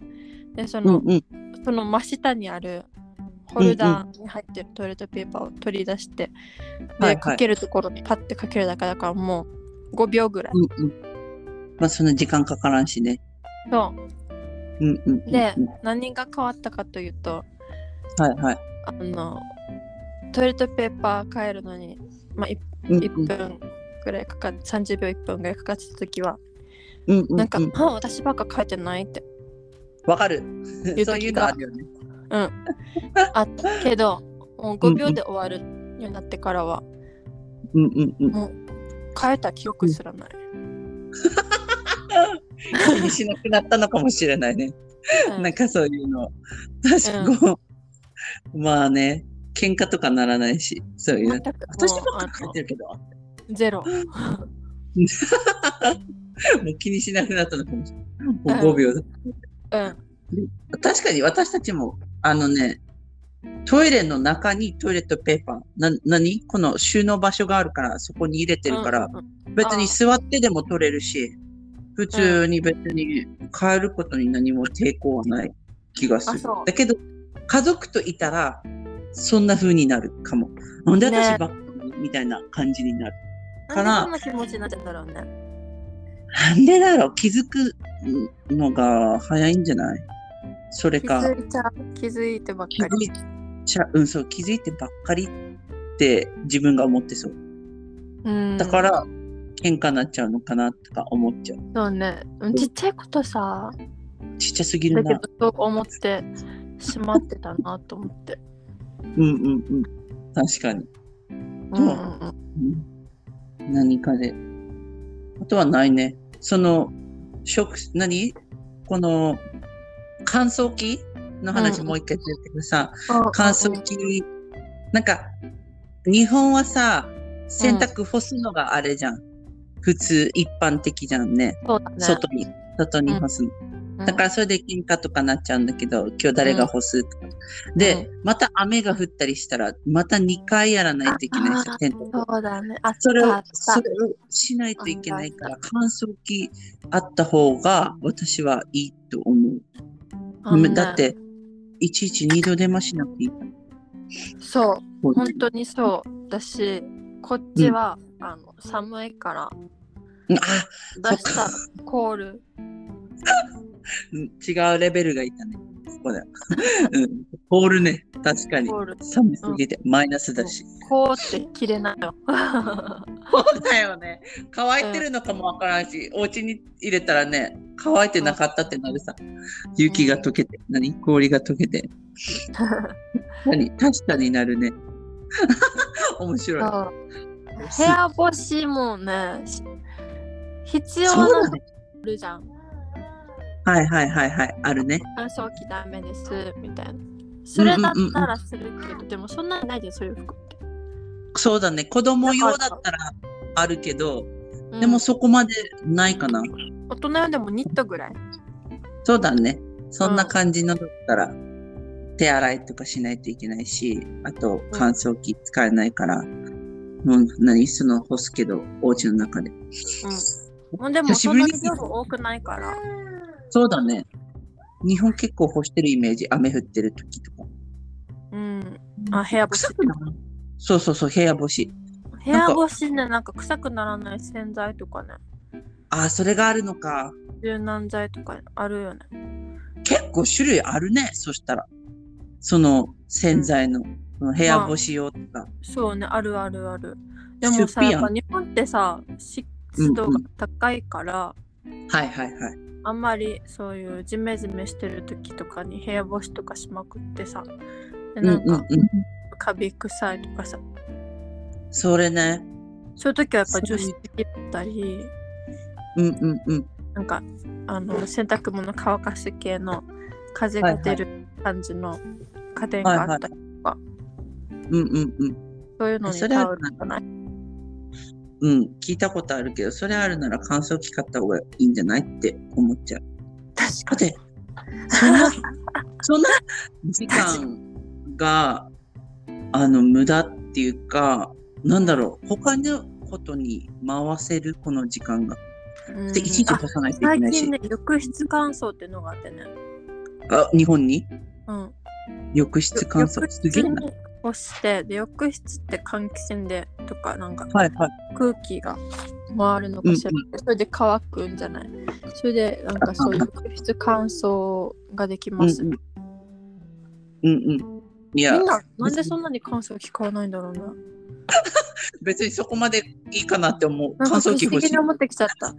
Speaker 1: でそ
Speaker 2: うん
Speaker 1: の,、
Speaker 2: うん。
Speaker 1: その真下にあるホルダーに入ってるトイレットペーパーを取り出して、で、
Speaker 2: はいはい
Speaker 1: かけるところにパッてかけるだけだからもう5秒ぐらい、
Speaker 2: うんうん。まあそんな時間かからんしね。
Speaker 1: そう
Speaker 2: うんうんうんうん。
Speaker 1: で何が変わったかというと
Speaker 2: はいはい。
Speaker 1: あのトイレットペーパー変えるのに、まあ、1,
Speaker 2: うんうん
Speaker 1: 分ぐらいかかって30秒1分ぐらいかかってた時は、
Speaker 2: うんうん。
Speaker 1: なんか
Speaker 2: うん
Speaker 1: 「あ私ばっか変えてない」って
Speaker 2: わかる。
Speaker 1: いう時が
Speaker 2: そういうのあるよね。
Speaker 1: あったけどもう5秒で終わるようになってからは
Speaker 2: うんうんうん。
Speaker 1: 変えた記憶すら ない。
Speaker 2: 気にしなくなったのかもしれないね。
Speaker 1: うん
Speaker 2: なんかそういうの。確かに。まあね、喧嘩とかならないし、そういう。
Speaker 1: 全く
Speaker 2: 私ば
Speaker 1: もう
Speaker 2: っか
Speaker 1: あ
Speaker 2: 書
Speaker 1: の
Speaker 2: いてるけど、
Speaker 1: ゼロ。
Speaker 2: もう気にしなくなったのかもしれない。
Speaker 1: う
Speaker 2: も
Speaker 1: ん
Speaker 2: う5秒だ。
Speaker 1: うん。
Speaker 2: 確かに私たちも、あのね、トイレの中にトイレットペーパー、な、何この収納場所があるから、そこに入れてるから、
Speaker 1: うんうんうん
Speaker 2: 別に座ってでも取れるし、普通に別に変えることに何も抵抗はない気がす
Speaker 1: あ
Speaker 2: る
Speaker 1: そう。
Speaker 2: だけど、家族といたら、そんな風になるかも。なんで私
Speaker 1: ね
Speaker 2: ばっかりみたいな感じになる。
Speaker 1: な
Speaker 2: から
Speaker 1: んでそんな気持ちになってんだろうね。
Speaker 2: なんでだろう気づくのが早いんじゃないそれ
Speaker 1: 気
Speaker 2: か、
Speaker 1: づいちゃう気づいてばっ
Speaker 2: 気
Speaker 1: か
Speaker 2: づ
Speaker 1: り
Speaker 2: い。ちゃ、うん、そう、気づいてばっかりって自分が思ってそう。
Speaker 1: うん
Speaker 2: だか。ら、喧嘩になっちゃうのかなとか思っちゃう。
Speaker 1: そうね。うんちっちゃいことさ、
Speaker 2: ちっちゃすぎ
Speaker 1: だ
Speaker 2: る
Speaker 1: け
Speaker 2: な
Speaker 1: ど。そう思ってしまってたなと思って。
Speaker 2: うんうんうん。確かに。
Speaker 1: うんうんうん。
Speaker 2: うん何かで。あとはないね。その、食、何この、乾燥機の話
Speaker 1: うん
Speaker 2: もう一回するけどさ、
Speaker 1: あ
Speaker 2: 乾燥。機、なんか、日本はさ、洗濯干すのがあれじゃん。普通、一般的じゃんね。
Speaker 1: そうだね。
Speaker 2: 外に、外に干すの。だからそれで喧嘩とかなっちゃうんだけど、今日誰が干す、とかで、また雨が降ったりしたら、また2回やらないといけないし
Speaker 1: あ、
Speaker 2: テント
Speaker 1: そ。うだね。あ
Speaker 2: それ
Speaker 1: あ
Speaker 2: を
Speaker 1: っ、た
Speaker 2: それをしないといけないから、乾燥機あった方が私はいいと思う。
Speaker 1: あんな
Speaker 2: だって、いちいち二度手間しなくていい。
Speaker 1: そう本当にそうだしこっちは、あの寒いから
Speaker 2: あ、
Speaker 1: 出したコール
Speaker 2: うん違うレベルがいたね。ここだ。 うん。ホールね。確かに
Speaker 1: コ。ール
Speaker 2: 寒すぎて、マイナスだし。
Speaker 1: こうって切れないよ
Speaker 2: そうだよね。乾いてるのかもわからんし、お家に入れたらね、乾いてなかったってなるさ。雪が溶けて、何氷が溶けて。何確かになるね。 面白い。
Speaker 1: そう部
Speaker 2: す
Speaker 1: 屋干しもねし必要
Speaker 2: そう
Speaker 1: な
Speaker 2: だ
Speaker 1: の
Speaker 2: ね。
Speaker 1: あるじゃん
Speaker 2: はいはいはいはい。あるね。
Speaker 1: 乾燥機ダメですみたいなそれだったらするけど、でもそんなにないじゃんそういう服って、
Speaker 2: そうだね。子供用だったらあるけど、
Speaker 1: うん
Speaker 2: でもそこまでないかな。
Speaker 1: 大人用でもニットぐらい
Speaker 2: そうだね。そんな感じのだったら、手洗いとかしないといけないし、あと乾燥機使えないから、もう何その干すけど、お家の中で。
Speaker 1: もうでも
Speaker 2: 久し
Speaker 1: そ
Speaker 2: ぶ
Speaker 1: ん
Speaker 2: り
Speaker 1: な
Speaker 2: に
Speaker 1: に量多くないから
Speaker 2: そうだね。日本結構干してるイメージ、雨降ってる時とか。
Speaker 1: うんあ部屋干し
Speaker 2: 臭くなるそうそうそう、部屋干し。
Speaker 1: 部屋干しねなんか臭くならない洗剤とかね
Speaker 2: ああ、それがあるのか。
Speaker 1: 柔軟剤とかあるよね
Speaker 2: 結構種類あるね、そしたら。その洗剤の、その部屋干し用とか。
Speaker 1: そうねあるあるあるでもさ
Speaker 2: 出費
Speaker 1: や
Speaker 2: や
Speaker 1: っ
Speaker 2: ん
Speaker 1: ぱ日本ってさ湿度が高いから、
Speaker 2: はいはいはい。
Speaker 1: あんまりそういうジメジメしてる時とかに部屋干しとかしまくってさで
Speaker 2: うん
Speaker 1: なん
Speaker 2: うん
Speaker 1: か
Speaker 2: うん。
Speaker 1: カビ臭いとかさ、
Speaker 2: それね。
Speaker 1: そういう時はやっぱ除湿機だったり
Speaker 2: うんうんうん。
Speaker 1: なんかあの洗濯物乾かす系の風が出る感じの家電があったり、
Speaker 2: うんうんうん。
Speaker 1: そういうのに
Speaker 2: それは
Speaker 1: 頼るんじゃない
Speaker 2: うん、聞いたことあるけど、それあるなら乾燥機買った方がいいんじゃないって思っちゃう。だっ
Speaker 1: 確かに
Speaker 2: て、そんな、そんな時間が、あの、無駄っていうか、なんだろう、他のことに回せる、この時間が。
Speaker 1: うん
Speaker 2: で、いちいち
Speaker 1: あ
Speaker 2: 干さないといけ
Speaker 1: 最
Speaker 2: ないし
Speaker 1: 近。ね浴室乾燥っていうのがあってね、
Speaker 2: あ日本に
Speaker 1: うん、
Speaker 2: 浴室乾燥
Speaker 1: 浴
Speaker 2: すげえ
Speaker 1: 室
Speaker 2: な。
Speaker 1: に干してで浴室って換気扇でとかなんか
Speaker 2: はいはい。
Speaker 1: 空気が回るのかしら、
Speaker 2: うん
Speaker 1: それで乾くんじゃないそれでなんかそういう浴室乾燥ができます、
Speaker 2: うんうん。うんうん。いや
Speaker 1: みん、ななんでそんなに乾燥機買わないんだろうな
Speaker 2: 別にそこまでいいかなって思う。
Speaker 1: なん
Speaker 2: 乾
Speaker 1: か
Speaker 2: 燥機
Speaker 1: 不思
Speaker 2: 欲
Speaker 1: 議
Speaker 2: しい
Speaker 1: に。思ってきちゃった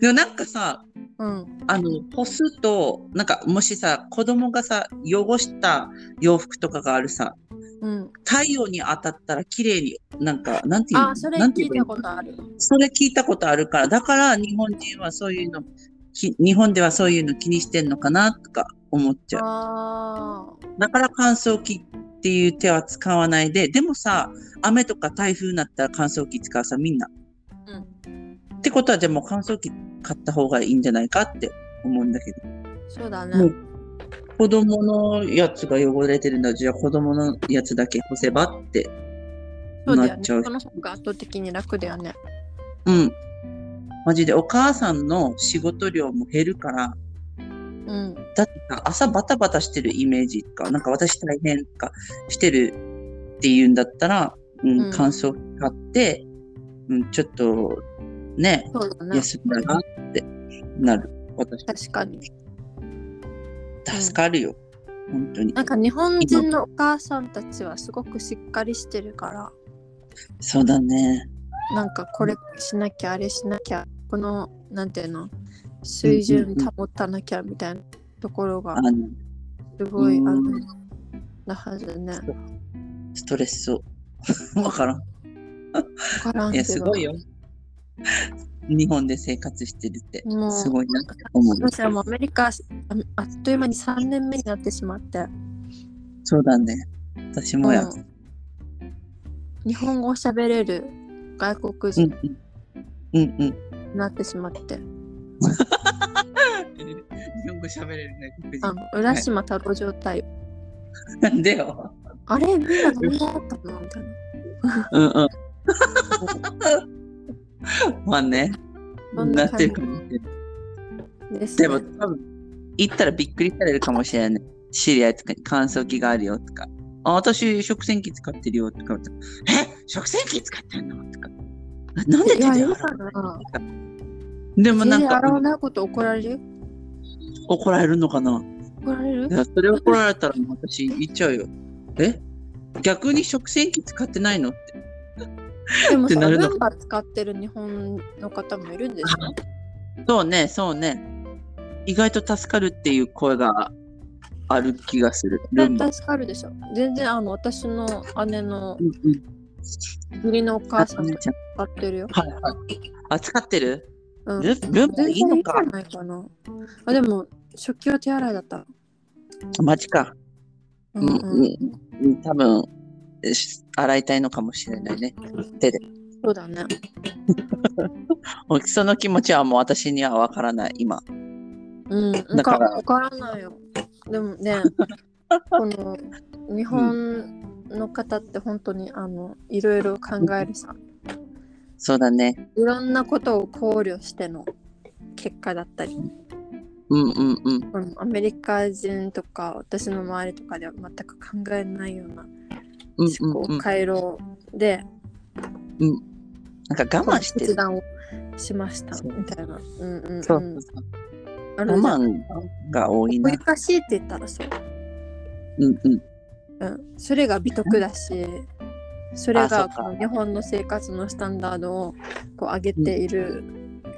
Speaker 2: でもなんかさ、
Speaker 1: うん
Speaker 2: あの干すとなんかもしさ子供がさ汚した洋服とかがあるさ
Speaker 1: うん
Speaker 2: 太陽に当たったら綺麗になんかなんていうの
Speaker 1: あそれ
Speaker 2: なんて
Speaker 1: 聞
Speaker 2: 言
Speaker 1: い
Speaker 2: えばい
Speaker 1: た
Speaker 2: い
Speaker 1: ことある
Speaker 2: それ聞いたことあるからだから日本人はそういうのき日本ではそういうの気にしてんのかなとか思っちゃう
Speaker 1: あー
Speaker 2: だから乾燥機っていう手は使わないででもさ雨とか台風になったら乾燥機使うさみんな、ってことはでも乾燥機買った方がいいんじゃないかって思うんだけど
Speaker 1: そうだ
Speaker 2: も
Speaker 1: ね
Speaker 2: う子供のやつが汚れてるんだじゃあ子供のやつだけ干せばって
Speaker 1: そうだよ
Speaker 2: なっ
Speaker 1: ね
Speaker 2: ちゃう
Speaker 1: この方が圧倒的に楽だよね
Speaker 2: うんマジでお母さんの仕事量も減るから
Speaker 1: うん
Speaker 2: だってさ朝バタバタしてるイメージかなんか私大変とかしてるっていうんだったら、うん
Speaker 1: うん
Speaker 2: 乾燥機買って、うん、ちょっとね
Speaker 1: そうだね
Speaker 2: 休んだらってなる私
Speaker 1: 確かに
Speaker 2: 助かるよ、本当に
Speaker 1: なんか日本人のお母さんたちはすごくしっかりしてるから
Speaker 2: そうだね
Speaker 1: なんかこれしなきゃあれしなきゃこのなんていうの水準保たなきゃみたいなところが
Speaker 2: あの
Speaker 1: すごいあ
Speaker 2: うん
Speaker 1: のなはずね。
Speaker 2: ストレスそう わからん
Speaker 1: わからん
Speaker 2: い
Speaker 1: け
Speaker 2: や、
Speaker 1: ど
Speaker 2: すごいよ。日本で生活してるって
Speaker 1: もう、
Speaker 2: すごいなって思う。
Speaker 1: 私はもうアメリカああっという間に3年目になってしまって、
Speaker 2: そうだね。私もや。
Speaker 1: もう日本語を喋れる外国
Speaker 2: うん
Speaker 1: 人
Speaker 2: うん。うんうん。
Speaker 1: になってしまって、
Speaker 2: 日本語喋れるね、黒
Speaker 1: あ
Speaker 2: 人。
Speaker 1: の浦島太郎状態。
Speaker 2: なんでよ。
Speaker 1: あれみんな何だったのみたいな。
Speaker 2: うん うん。まあね。
Speaker 1: そんな
Speaker 2: なっ
Speaker 1: 感
Speaker 2: て
Speaker 1: じ
Speaker 2: るかもしれない。
Speaker 1: ですね
Speaker 2: でも、多分行ったらびっくりされるかもしれない。知り合いとかに乾燥機があるよとか。あ、私、食洗機使ってるよとか。え食洗機使ってんのとか。なんで手で
Speaker 1: い
Speaker 2: 洗
Speaker 1: やい
Speaker 2: うの
Speaker 1: いかな
Speaker 2: とかでもな
Speaker 1: 全
Speaker 2: ん
Speaker 1: 然洗わ
Speaker 2: か
Speaker 1: ないこと怒られる
Speaker 2: 怒られるのかな
Speaker 1: 怒られる
Speaker 2: いやそれ怒られたらもう私言っちゃうよ。え逆に食洗機使ってないのって。
Speaker 1: でも
Speaker 2: って
Speaker 1: さ、
Speaker 2: なるの
Speaker 1: ルンバ使ってる日本の方もいるんですよ。
Speaker 2: そうね、そうね。意外と助かるっていう声がある気がする。ルンバ。
Speaker 1: 助かるでしょ。全然あの私の姉の
Speaker 2: うんうん
Speaker 1: 義理のお母さんと
Speaker 2: ちゃん
Speaker 1: 使ってるよ。
Speaker 2: はいはい。あ、使ってる
Speaker 1: うん、
Speaker 2: ル
Speaker 1: 全
Speaker 2: ルンバ
Speaker 1: 然
Speaker 2: い
Speaker 1: い
Speaker 2: い
Speaker 1: いん
Speaker 2: の
Speaker 1: じゃ
Speaker 2: か
Speaker 1: ないかな。あでも、食器は手洗いだった。
Speaker 2: マジか。
Speaker 1: う
Speaker 2: うん
Speaker 1: ん
Speaker 2: う
Speaker 1: うん、
Speaker 2: んうん。多分、し洗いたいのかもしれないね。手で。
Speaker 1: そうだね。
Speaker 2: もうその気持ちはもう私にはわからない、今。
Speaker 1: うん、なん
Speaker 2: だ
Speaker 1: か
Speaker 2: から
Speaker 1: わからないよ。でも ね、この日本の方って本当にあのいろいろ考えるさ、
Speaker 2: そうだね。
Speaker 1: いろんなことを考慮しての結果だったり、
Speaker 2: うんうんうん。
Speaker 1: このアメリカ人とか私の周りとかでは全く考えないような
Speaker 2: うんうん
Speaker 1: 思
Speaker 2: う
Speaker 1: 考
Speaker 2: ん。
Speaker 1: 回路で
Speaker 2: なんか我慢して
Speaker 1: 決
Speaker 2: る。
Speaker 1: 断をしました
Speaker 2: そう
Speaker 1: みたいな。うんうん、うん、
Speaker 2: そうそうそう。
Speaker 1: あ
Speaker 2: 我
Speaker 1: の
Speaker 2: 慢が多いな
Speaker 1: 奥。ゆかしいって言ったらそう。
Speaker 2: うんうん。
Speaker 1: うん、それが美徳だしそれ
Speaker 2: あそ
Speaker 1: が
Speaker 2: うか
Speaker 1: この日本の生活のスタンダードをこう上げている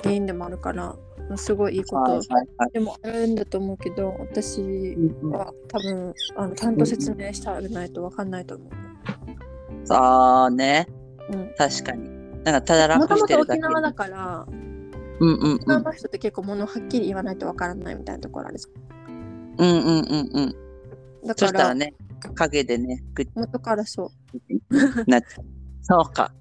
Speaker 1: 原因でもあるから、すごいいいこ
Speaker 2: はい
Speaker 1: と
Speaker 2: はいはい。
Speaker 1: でもあるんだと思うけど私
Speaker 2: うんうん
Speaker 1: は多分あのちゃんと説明してあげないと分かんないと思う。
Speaker 2: ああね。
Speaker 1: うん
Speaker 2: 確かに。なんかただ
Speaker 1: も
Speaker 2: 楽
Speaker 1: と
Speaker 2: し
Speaker 1: も
Speaker 2: て
Speaker 1: と
Speaker 2: るだ
Speaker 1: 沖
Speaker 2: け。
Speaker 1: 縄だから、
Speaker 2: うんうん
Speaker 1: 沖
Speaker 2: う
Speaker 1: 縄
Speaker 2: ん。
Speaker 1: の人って結構物をはっきり言わないと分からないみたいなところあるんです
Speaker 2: うんうんうんうん。
Speaker 1: だか
Speaker 2: そしたら
Speaker 1: ら、
Speaker 2: ね、影でね、ぐっ
Speaker 1: 元からそう。
Speaker 2: なっ ちゃう。そうか。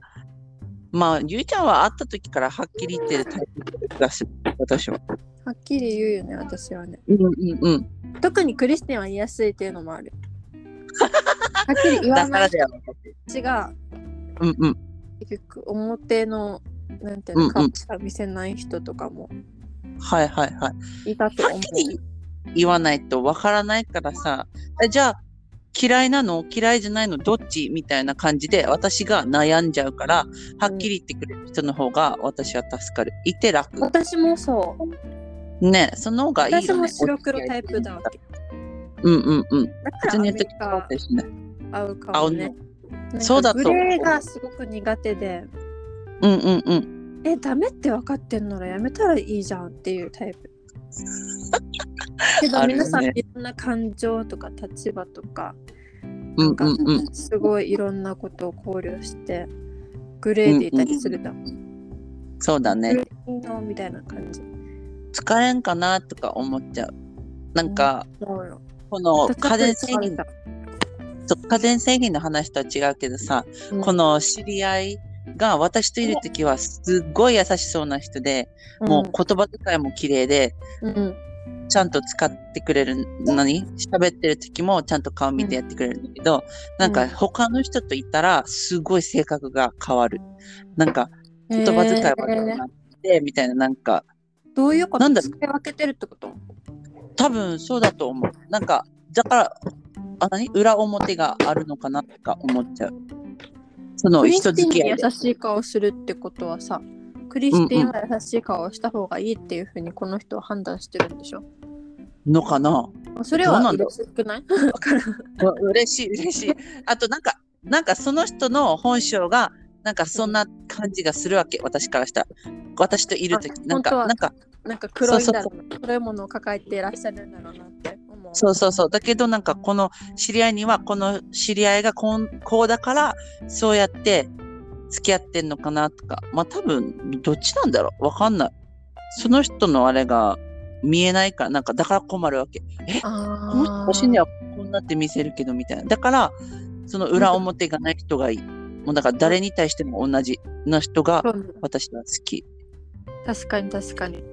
Speaker 2: まあ、ゆいちゃんは会った時からはっきり言ってるタイプがする、私は。
Speaker 1: はっきり言うよね、私はね。
Speaker 2: うんうんうん。
Speaker 1: 特にクリスティンは言いやすいっていうのもあ る。はっきり言わ
Speaker 2: だか
Speaker 1: ない
Speaker 2: らだよ。
Speaker 1: ちが
Speaker 2: うんうん。
Speaker 1: 結局表のなんていうの、
Speaker 2: うんうん
Speaker 1: 顔しか見せない人とかも
Speaker 2: はいはいはい。
Speaker 1: いたと
Speaker 2: は
Speaker 1: 思
Speaker 2: っ
Speaker 1: う。
Speaker 2: きり言わないとわからないからさ、えじゃあ嫌いなの嫌いじゃないのどっちみたいな感じで私が悩んじゃうから、はっきり言ってくれる人の方が私は助かる。いて楽。
Speaker 1: 私もそう。
Speaker 2: ね、その方がいいよね。
Speaker 1: 私も白黒タイプだわけ。
Speaker 2: うんうんうん。
Speaker 1: だからア
Speaker 2: 別に
Speaker 1: メ
Speaker 2: やって
Speaker 1: リ
Speaker 2: き
Speaker 1: カ
Speaker 2: しない。
Speaker 1: 合う顔ね。なんか
Speaker 2: そうだと思う
Speaker 1: グレーがすごく苦手で、
Speaker 2: うんうんうん。
Speaker 1: え、ダメって分かってんならやめたらいいじゃんっていうタイ プ。けど
Speaker 2: あるよ
Speaker 1: 皆
Speaker 2: ね
Speaker 1: さんいろんな感情とか立場とか、
Speaker 2: う
Speaker 1: なんんか
Speaker 2: うんうん。
Speaker 1: すごいいろんなことを考慮して、グレーでいたりするだもん。
Speaker 2: そうだね。
Speaker 1: いいのみたいな感じ。
Speaker 2: 疲れんかなとか思っちゃう。なんか、
Speaker 1: そうよ
Speaker 2: この家電製品、そう家電製品の話とは違うけどさ、
Speaker 1: うん
Speaker 2: この知り合いが私といる時はすっごい優しそうな人で、もう言葉遣いも綺麗で、
Speaker 1: うん、うん
Speaker 2: ちゃんと使ってくれるのに、喋ってる時もちゃんと顔見てやってくれるんだけど、なん
Speaker 1: う
Speaker 2: か
Speaker 1: ん
Speaker 2: 他の人といたらすごい性格が変わる。なんか言葉遣い悪く
Speaker 1: えー
Speaker 2: なって、みたいな、なんか
Speaker 1: どういうこと
Speaker 2: なんだろう
Speaker 1: 使い分けてるってこと
Speaker 2: 多分そうだと思う。なんか、だから、あ何裏表があるのかなとか思っちゃう。その
Speaker 1: クリ
Speaker 2: 人
Speaker 1: スティ
Speaker 2: 付
Speaker 1: ン
Speaker 2: き
Speaker 1: に
Speaker 2: 合いで。
Speaker 1: 優しい顔するってことはさクリスティンは優しい顔をした方がいいっていうふうにこの人は判断してるんでしょ、
Speaker 2: のかな
Speaker 1: それ
Speaker 2: どう
Speaker 1: は
Speaker 2: なんだろ
Speaker 1: 嬉しくない わからん
Speaker 2: う嬉しい、嬉しい。あと、なんか、なんかその人の本性が、なんかそんな感じがするわけ、私からしたら。私といるとき、な
Speaker 1: 本
Speaker 2: ん
Speaker 1: 当
Speaker 2: か、
Speaker 1: は
Speaker 2: なんか、
Speaker 1: なんか黒いんだろうな黒いものを抱えていらっしゃるんだろうなって思う
Speaker 2: そうそうそう。だけど、なんか、この知り合いには、この知り合いがこんこうだから、そうやって付き合ってんのかなとか。まあ、多分、どっちなんだろうわかんない。その人のあれが見えないから、なんか、だから困るわけ。この人
Speaker 1: あ
Speaker 2: 私にはこんなって見せるけど、みたいな。だから、その裏表がない人がいい。もう、だから、誰に対しても同じな人が
Speaker 1: ー、そう
Speaker 2: 私は好き。
Speaker 1: 確かに確かに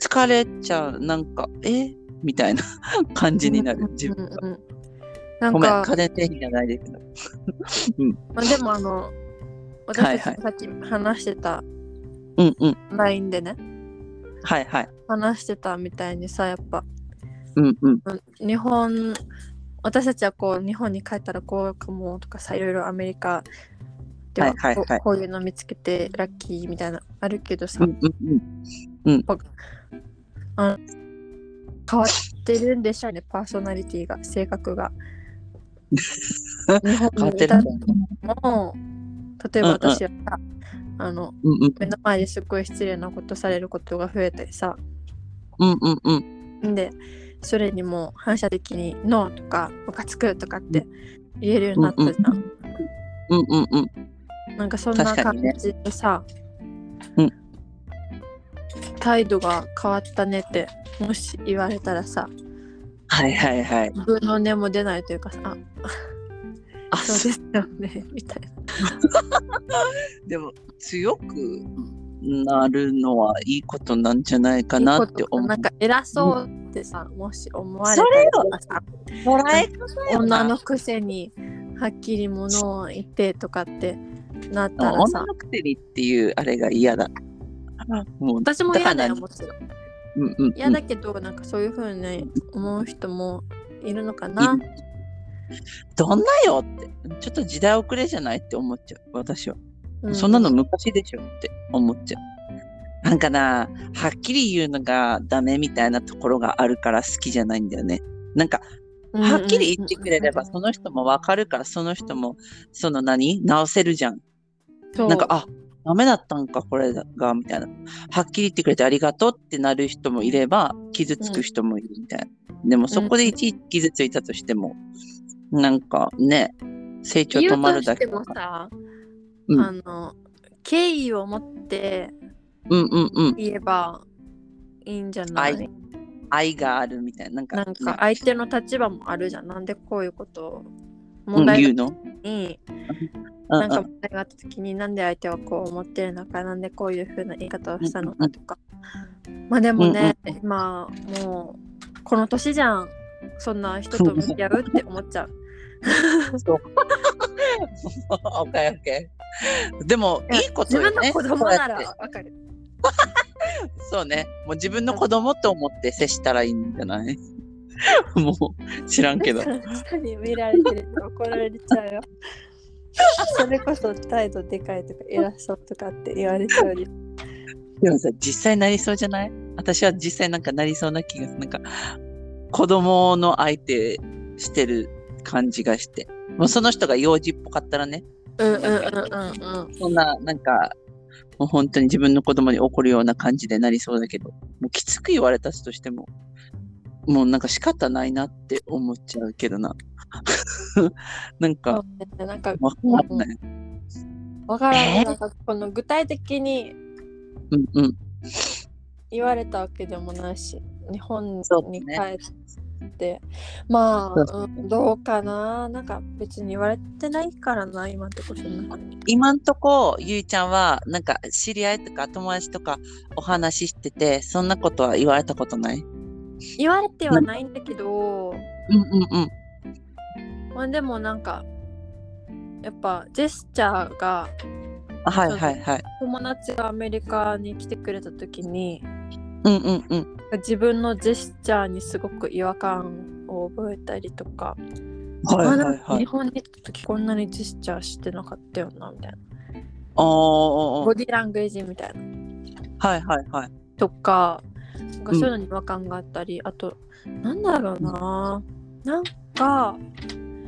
Speaker 2: 疲れちゃう、なんか、えみたいな 感じになる、自分が。
Speaker 1: うんうんなん
Speaker 2: ごめん、
Speaker 1: か
Speaker 2: 家電製品じゃないですけど。
Speaker 1: まあ、でもあの
Speaker 2: はい
Speaker 1: 私
Speaker 2: は
Speaker 1: た
Speaker 2: い
Speaker 1: ちさっき話してた
Speaker 2: うんうん。
Speaker 1: LINE でね
Speaker 2: はいはい。
Speaker 1: 話してたみたいにさやっぱ
Speaker 2: うんうん。
Speaker 1: 日本私たちはこう日本に帰ったらこうかもとかさいろいろアメリカではこう,、
Speaker 2: はいはいはい
Speaker 1: こういうの見つけてラッキーみたいなあるけどさ、
Speaker 2: うんうんうん。
Speaker 1: あの変わってるんでしょうねパーソナリティが性格が日
Speaker 2: 変
Speaker 1: 本
Speaker 2: わ
Speaker 1: に
Speaker 2: って
Speaker 1: い
Speaker 2: る
Speaker 1: た
Speaker 2: ん
Speaker 1: 時
Speaker 2: だよね。
Speaker 1: も例えば私はさ、あの
Speaker 2: うんうん。
Speaker 1: 目の前ですごい失礼なことされることが増えたりさ
Speaker 2: うんうんうん。
Speaker 1: でそれにもう反射的に「ノー」とか「ムカつく」とかって言えるようになったじゃん、
Speaker 2: うんうんうん。
Speaker 1: なんかそんな
Speaker 2: 確か
Speaker 1: 感
Speaker 2: にね
Speaker 1: じでさ、
Speaker 2: うん
Speaker 1: 態度が変わったねってもし言われたらさ
Speaker 2: はいはいはい。
Speaker 1: 分の根も出ないというかさあ
Speaker 2: あ、
Speaker 1: そうですよね みたい
Speaker 2: でも強くなるのはいいことなんじゃないか
Speaker 1: な
Speaker 2: なって思う。
Speaker 1: なんか偉そうってさ、もし思われ
Speaker 2: そ
Speaker 1: た
Speaker 2: れよ
Speaker 1: らさ
Speaker 2: もらえ方よな
Speaker 1: 女のくせにはっきりものを言ってとかってなったら
Speaker 2: 女
Speaker 1: さ
Speaker 2: のくせにっていうあれが嫌だ。もう
Speaker 1: 私も嫌だよ
Speaker 2: だから何
Speaker 1: もちろん
Speaker 2: うんうんうん
Speaker 1: 嫌だけどなんかそういう風に思う人もいるのかな、
Speaker 2: どんなよってちょっと時代遅れじゃないって思っちゃう私は、
Speaker 1: う
Speaker 2: そんなの昔でしょって思っちゃうなんかなはっきり言うのがダメみたいなところがあるから好きじゃないんだよねなんかはっきり言ってくれればその人もわかるからその人もその何直せるじゃん
Speaker 1: そう
Speaker 2: なんか、あダメだったんか、これが、みたいな。はっきり言ってくれてありがとうってなる人もいれば、傷つく人もいるみたいな。でも、そこでいちいち傷ついたとしても、なんかね、成長止まるだけ
Speaker 1: 言うとしてもさ、
Speaker 2: うん
Speaker 1: あの敬意を持って
Speaker 2: うんうんうん。
Speaker 1: 言えばいいんじゃない、
Speaker 2: はい愛があるみたいな。なんか、
Speaker 1: なんか相手の立場もあるじゃんなんでこういうことを
Speaker 2: う
Speaker 1: 問
Speaker 2: ん、
Speaker 1: 題
Speaker 2: 言う
Speaker 1: に、
Speaker 2: のう
Speaker 1: なん
Speaker 2: んう
Speaker 1: か
Speaker 2: ん。
Speaker 1: 問題があった時になんで相手はこう思ってるのかなんでこういうふうな言い方をしたのかとか、まあでもね、今もうこの年じゃんそんな人と向き合うって思っちゃう
Speaker 2: そう。 オッケーオッケー。でも、いいこと
Speaker 1: 自
Speaker 2: よ
Speaker 1: 分の
Speaker 2: ね。
Speaker 1: 子供な
Speaker 2: そうやっ
Speaker 1: らわかる
Speaker 2: てそうね。もう自分の子供と思って接したらいいんじゃない もう、知らんけど。
Speaker 1: 下に見られてると怒られちゃうよ。それこそ態度でかいとか偉そうとかって言われそうに。
Speaker 2: でもさ、実際なりそうじゃない私は実際なんかなりそうな気がする。なんか、子供の相手してる感じがして。もうその人が幼児っぽかったらね、
Speaker 1: うん
Speaker 2: うんうん
Speaker 1: うんうん。
Speaker 2: そんな、なんか、もう本当に自分の子供に怒るような感じでなりそうだけど、もうきつく言われたとしても、もうなんか仕方ないなって思っちゃうけどな。 なんか、
Speaker 1: なんか
Speaker 2: わかんない。
Speaker 1: わからない。
Speaker 2: えー
Speaker 1: なんかこの具体的に
Speaker 2: うんうん。
Speaker 1: 言われたわけでもないし、日本
Speaker 2: そう
Speaker 1: に帰
Speaker 2: ね
Speaker 1: って、まあ、
Speaker 2: そう
Speaker 1: うんどうかな。なんか別に言われてないからな、今ってことな
Speaker 2: 今んとこゆいちゃんはなんか知り合いとか友達とかお話ししててそんなことは言われたことないうん
Speaker 1: 言われてはないんだけど、
Speaker 2: うんうん
Speaker 1: まあでもなんか、やっぱジェスチャーが
Speaker 2: あはいはいはい
Speaker 1: 友達がアメリカに来てくれた時に
Speaker 2: うんうんうん
Speaker 1: 自分のジェスチャーにすごく違和感を覚えたりとか、
Speaker 2: はい
Speaker 1: まあ
Speaker 2: は
Speaker 1: ないんか
Speaker 2: は
Speaker 1: 日
Speaker 2: い
Speaker 1: 本に行った時こんなにジェスチャーしてなかったよなみたいな、
Speaker 2: あー
Speaker 1: ボディーラングエージみたいな
Speaker 2: はいはいはい
Speaker 1: とかなんかそういうのに違和感があったり、あとなんだろうななんか、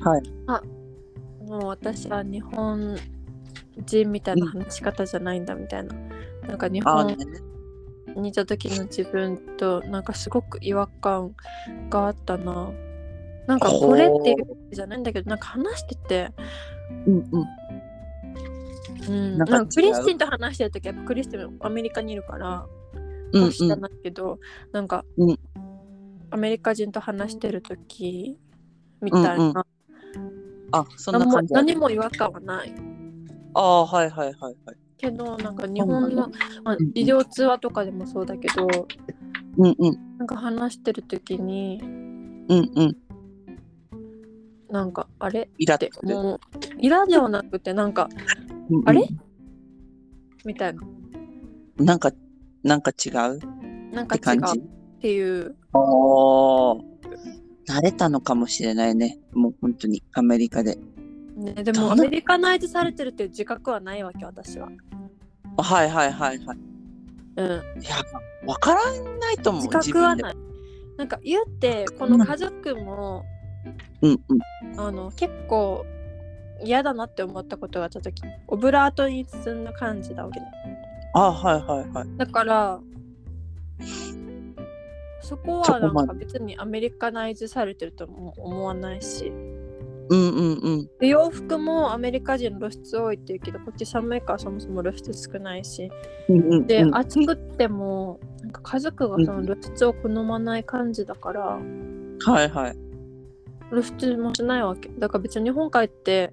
Speaker 2: はい
Speaker 1: あもう私は日本人みたいな話し方じゃないんだみたいな、なんか日
Speaker 2: あ
Speaker 1: 本
Speaker 2: ーね
Speaker 1: 似た時の自分となんかすごく違和感があったななんかこれっていうわけじゃないんだけどなんか話してて、
Speaker 2: うんうん
Speaker 1: うん、
Speaker 2: な
Speaker 1: なんん
Speaker 2: か違
Speaker 1: かク
Speaker 2: う
Speaker 1: リスティンと話してる時やっぱクリスティンもアメリカにいるから
Speaker 2: うん
Speaker 1: も
Speaker 2: う
Speaker 1: う知ら
Speaker 2: ん
Speaker 1: ないけど、なんか、
Speaker 2: うん
Speaker 1: アメリカ人と話してる時みたいな、
Speaker 2: うんうんあそんな
Speaker 1: 何も
Speaker 2: 感じある
Speaker 1: 何も違和感はない
Speaker 2: あーはいはいはいはい
Speaker 1: けどなんか日本の、まあ
Speaker 2: うんうん、
Speaker 1: 医療通話とかでもそうだけど
Speaker 2: うんうん
Speaker 1: なんか話してる時に
Speaker 2: うんうん
Speaker 1: なんかあれ
Speaker 2: イラ
Speaker 1: っ
Speaker 2: って
Speaker 1: て
Speaker 2: くる
Speaker 1: もうイラではなくてなんか
Speaker 2: うんうん
Speaker 1: あれみたいな
Speaker 2: なんかなんか違うっ
Speaker 1: なんか
Speaker 2: て
Speaker 1: 違
Speaker 2: 感
Speaker 1: う
Speaker 2: じ
Speaker 1: っていう
Speaker 2: おー慣れたのかもしれないねもう本当にアメリカで
Speaker 1: ね、で
Speaker 2: どう
Speaker 1: も
Speaker 2: な
Speaker 1: アメリカナイズされてるっていう自覚はないわけ私は。
Speaker 2: あはいはいはいはい
Speaker 1: うん、
Speaker 2: いや分からないと思う
Speaker 1: 自覚は
Speaker 2: 自
Speaker 1: ない。なんか言ってこの家族も、
Speaker 2: 分でうんうん
Speaker 1: あの結構嫌だなって思ったことがあった時オブラートに包んだ感じだわけね。
Speaker 2: あはいはいはい
Speaker 1: だからそこ
Speaker 2: そ
Speaker 1: は
Speaker 2: こ
Speaker 1: な
Speaker 2: ま
Speaker 1: ん
Speaker 2: で
Speaker 1: か別にアメリカナイズされてるとも思わないし
Speaker 2: うんうんうん
Speaker 1: で洋服もアメリカ人露出多いっていうけどこっち寒いからそもそも露出少ないし
Speaker 2: うんうん
Speaker 1: で、
Speaker 2: うん
Speaker 1: 暑くってもなんか家族がその露出を好まない感じだから、
Speaker 2: はいはい
Speaker 1: 露出もしないわけだから別に日本帰って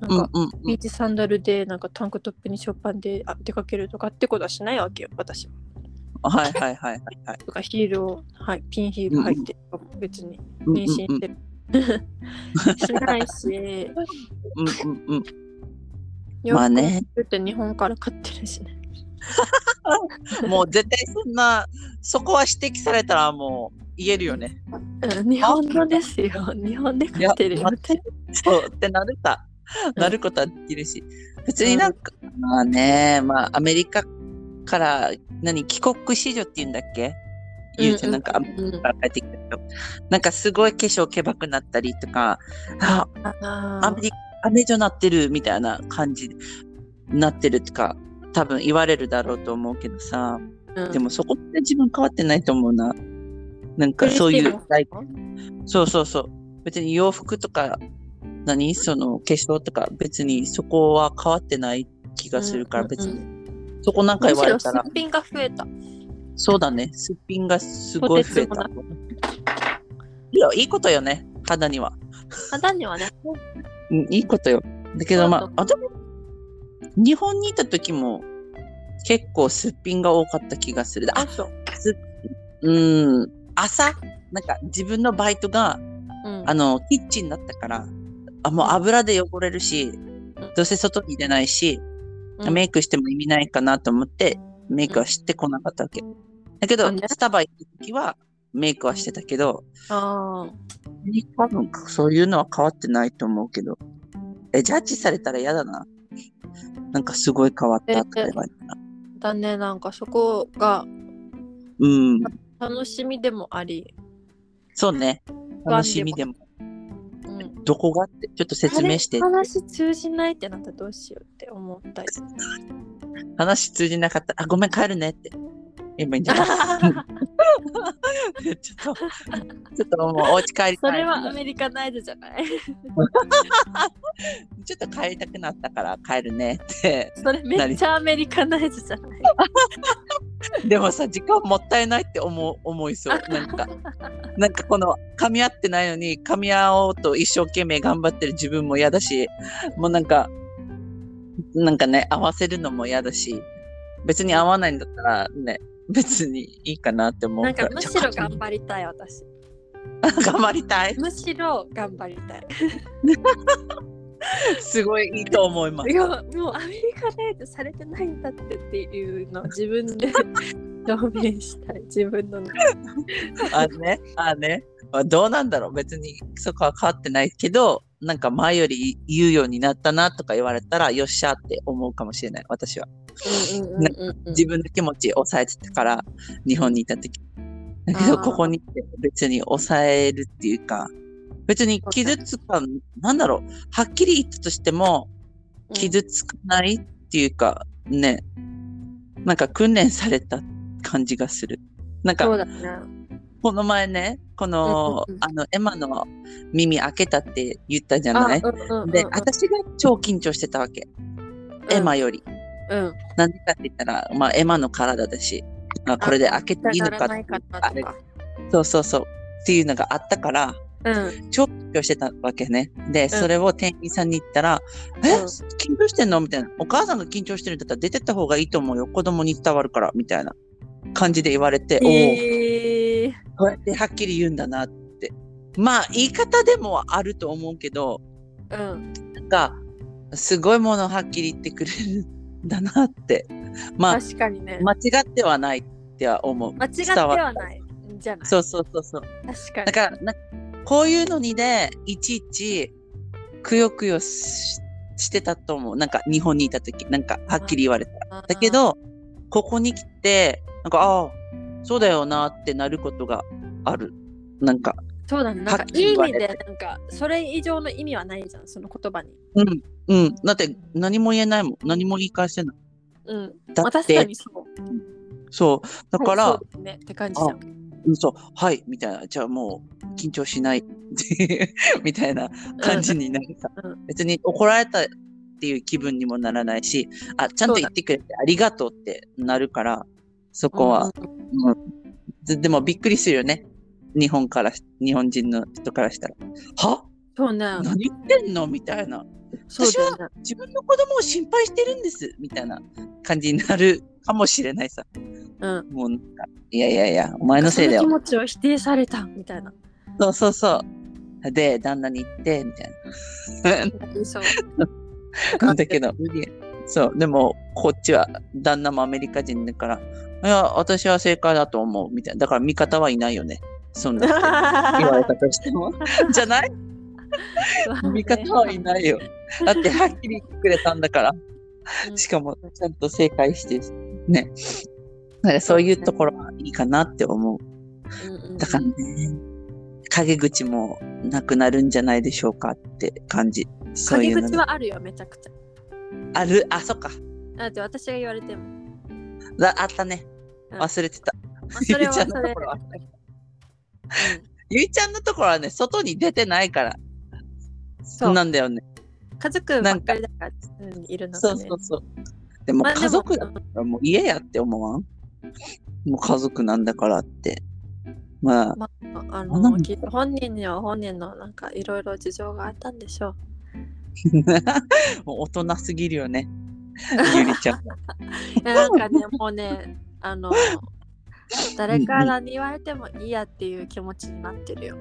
Speaker 1: なん
Speaker 2: うん
Speaker 1: か
Speaker 2: うんう
Speaker 1: ビー
Speaker 2: ん
Speaker 1: チサンダルでなんかタンクトップにショーパンであ出かけるとかってことはしないわけよ私は
Speaker 2: はいはいはいはいはい
Speaker 1: とかヒールを、はい、ピンヒール入ってとかも別に
Speaker 2: うん
Speaker 1: 妊娠してる、 しない し
Speaker 2: うんうんうんうん
Speaker 1: 洋
Speaker 2: まあ
Speaker 1: 服も
Speaker 2: ね
Speaker 1: だって日本から買ってるしね
Speaker 2: もう絶対そんなそこは指摘されたらもう言えるよ ね
Speaker 1: うん日本のですよ日本で買ってるよって
Speaker 2: そうってなるさ
Speaker 1: ん
Speaker 2: なることはできるし別になんか、まあねまあアメリカから何帰国子女っていうんだっけ言うじゃん、なんかアメリ
Speaker 1: うん
Speaker 2: カから帰ってきた人なんかすごい化粧けばくなったりとかあ
Speaker 1: あー
Speaker 2: アメリカアメ女なってるみたいな感じなってるとか多分言われるだろうと思うけどさ、
Speaker 1: うん
Speaker 2: でもそこって自分変わってないと思うななんかそうい
Speaker 1: クリ
Speaker 2: う
Speaker 1: ス
Speaker 2: ライそうそうそう別に洋服とか何その化粧とか別にそこは変わってない気がするから
Speaker 1: うんうん
Speaker 2: 別
Speaker 1: うん
Speaker 2: に、そこなんか言われたら
Speaker 1: むしろすっぴんが増えた。
Speaker 2: そうだねすっぴんがすごい増え
Speaker 1: と
Speaker 2: たいやいいことよね肌には
Speaker 1: 肌にはね、
Speaker 2: うん、いいことよ。だけど
Speaker 1: そ
Speaker 2: ま
Speaker 1: う
Speaker 2: あ、あでも、日本にいた時も結構すっぴんが多かった気がする。あ、
Speaker 1: あ、そう。
Speaker 2: うん、朝、なんか自分のバイトが、
Speaker 1: うん
Speaker 2: あの、キッチンだったから、あもう油で汚れるし、どうせ外に出ないし、
Speaker 1: うん
Speaker 2: メイクしても意味ないかなと思って、メイクはしてこなかったわけ。だけ
Speaker 1: あ
Speaker 2: ど、
Speaker 1: ね
Speaker 2: スタバ行った時はメイクはしてたけど、
Speaker 1: あー
Speaker 2: 多分そういうのは変わってないと思うけど。え、ジャッジされたら嫌だな。なんかすごい変わったって言われた
Speaker 1: だ
Speaker 2: ら。
Speaker 1: ね、なんかそこが
Speaker 2: うん。
Speaker 1: 楽しみでもあり。
Speaker 2: そうね。
Speaker 1: 不安でも
Speaker 2: 楽しみでも。
Speaker 1: うん、
Speaker 2: どこがって、ちょっと説明して
Speaker 1: あ。れ話通じないってなったらどうしようって思ったり。
Speaker 2: 話通じなかった。あ、ごめん、帰るねって。言えばいいんじゃない ちょっと、ちょっともうお家帰り
Speaker 1: そ
Speaker 2: たい。
Speaker 1: れはアメリカナイズじゃない。
Speaker 2: ちょっと帰りたくなったから帰るねって。
Speaker 1: それめっちゃアメリカナイズじゃない。
Speaker 2: でもさ、時間もったいないって思う、思 いそう。なんか。なんかこの噛み合ってないのに噛み合おうと一生懸命頑張ってる自分も嫌だしもうなんかなんかね合わせるのも嫌だし別に合わないんだったらね別にいいかなって思
Speaker 1: な
Speaker 2: うん
Speaker 1: か
Speaker 2: から
Speaker 1: むしろ
Speaker 2: ちょっ
Speaker 1: 頑張りたい私。
Speaker 2: と 頑張りたい
Speaker 1: むしろ頑張りたい。
Speaker 2: すごいいいと思いま
Speaker 1: い
Speaker 2: す
Speaker 1: やもうアメリカナイズされてないんだってっていうのを自分で 証明したい自分の中で
Speaker 2: あねあねまあどうなんだろう別にそこは変わってないけどなんか前より言うようになったなとか言われたらよっしゃって思うかもしれない私は
Speaker 1: うんうんうんうん
Speaker 2: 自分の気持ち抑えてたから日本にいた時だけど
Speaker 1: あー
Speaker 2: ここに来て別に抑えるっていうか別に傷つかんなんだろうはっきり言ったとしても
Speaker 1: うん
Speaker 2: 傷つかないっていうかねなんか訓練された感じがするなん
Speaker 1: そう
Speaker 2: か
Speaker 1: だね。
Speaker 2: この前ねこの
Speaker 1: うんうんうん
Speaker 2: あのエマの耳開けたって言ったじゃ
Speaker 1: あ
Speaker 2: ない
Speaker 1: うんうんうんうん
Speaker 2: で私が超緊張してたわけ
Speaker 1: うん
Speaker 2: エマより
Speaker 1: うん。
Speaker 2: なんでかって言ったら、まあ、エマの体だし、まあ、これで開けていいのか
Speaker 1: 疑わないかな
Speaker 2: あ
Speaker 1: と
Speaker 2: れ
Speaker 1: か。
Speaker 2: そうそうそうっていうのがあったから
Speaker 1: うん。
Speaker 2: 超緊張してたわけねでそれを店員さんに言ったら「え
Speaker 1: うん
Speaker 2: 緊張してんの?」みたいな「お母さんが緊張してるんだったら出てった方がいいと思うよ子供に伝わるから」みたいな感じで言われて、おおこうやってはっきり言うんだなって。まあ、言い方でもあると思うけど、
Speaker 1: うん。
Speaker 2: なんか、すごいものをはっきり言ってくれるんだなって。まあ、
Speaker 1: 確かにね。
Speaker 2: 間違ってはないっては思う。
Speaker 1: 間違ってはない。じゃない。
Speaker 2: そうそうそうそう。
Speaker 1: 確かに
Speaker 2: だ。から、なこういうのにね、いちいち、くよくよししてたと思う。なんか、日本にいた時、なんか、はっきり言われた。
Speaker 1: あー
Speaker 2: だけ、ど、ここに来て、なんか、ああ、そうだよなってなることがある。なんか、
Speaker 1: そうだね。なん
Speaker 2: は
Speaker 1: か
Speaker 2: っき
Speaker 1: い
Speaker 2: り
Speaker 1: い意
Speaker 2: 言われ
Speaker 1: 味で、
Speaker 2: て
Speaker 1: なんか、それ以上の意味はないじゃん、その言葉に。
Speaker 2: うん、うん。だって、何も言えないもん。何も言い返せない。
Speaker 1: うん。
Speaker 2: だ
Speaker 1: まあ
Speaker 2: っ
Speaker 1: 確か
Speaker 2: て、
Speaker 1: にそう。
Speaker 2: そう。だから、
Speaker 1: はいそうですね。って感じじゃん。
Speaker 2: うん、そう、はい、みたいな。じゃあもう、緊張しないっていうみたいな感じになるさ
Speaker 1: うんう。
Speaker 2: 別に怒られたっていう気分にもならないし、あ、ちゃんと言ってくれてありがとうってなるから、そこは。
Speaker 1: うん
Speaker 2: ででもびっくりするよね。日本から、日本人の人からしたら。は
Speaker 1: そうね。
Speaker 2: 何言ってんのみたいな。
Speaker 1: そうだよね。
Speaker 2: 自分の子供を心配してるんですみたいな感じになるかもしれないさ。
Speaker 1: うん。
Speaker 2: もうなんか、いやいやいや、お前のせいだよ
Speaker 1: そ。の気持ちを否定されたみたいな。
Speaker 2: そうそうそう。で、旦那に言って、みたい
Speaker 1: そう。
Speaker 2: な。だけど、そう、でも、こっちは、旦那もアメリカ人だから、いや、私は正解だと思う、みたいな。だから、味方はいないよね。そんなって 言われたとしても。じゃない味方はいないよ。だって、はっきり言ってくれたんだから。
Speaker 1: うん
Speaker 2: しかも、ちゃんと正解して、ね。だから、そういうところはいいかなって思う。
Speaker 1: うんうん
Speaker 2: だからね、陰口もなくなるんじゃないでしょうかって感じ。そうい
Speaker 1: 陰
Speaker 2: うの
Speaker 1: 口はあるよ、めちゃくちゃ。
Speaker 2: ある、あ、そっか。
Speaker 1: だって私が言われても。
Speaker 2: だあったね。
Speaker 1: うん
Speaker 2: 忘れてた。
Speaker 1: まあ、それはそ
Speaker 2: ゆいちゃんの
Speaker 1: れ
Speaker 2: と。ころはゆいちゃんのところはね、外に出てないから。
Speaker 1: そう
Speaker 2: なんだよね。
Speaker 1: うん家族ばっかりだから、うんいるの
Speaker 2: そ
Speaker 1: が
Speaker 2: う
Speaker 1: ね
Speaker 2: そうそう。でも
Speaker 1: まあでも
Speaker 2: 家族だからもう家やって思わんもう家族なんだからって。 まあ、
Speaker 1: あ
Speaker 2: あな
Speaker 1: の
Speaker 2: んだ
Speaker 1: きっと本人には本人のなんかいろいろ事情があったんでし ょう。
Speaker 2: もう大人すぎるよね。ゆりちゃん。
Speaker 1: いやなんかね、もうね、あ の、誰からに言われてもいいやっていう気持ちになってるよ。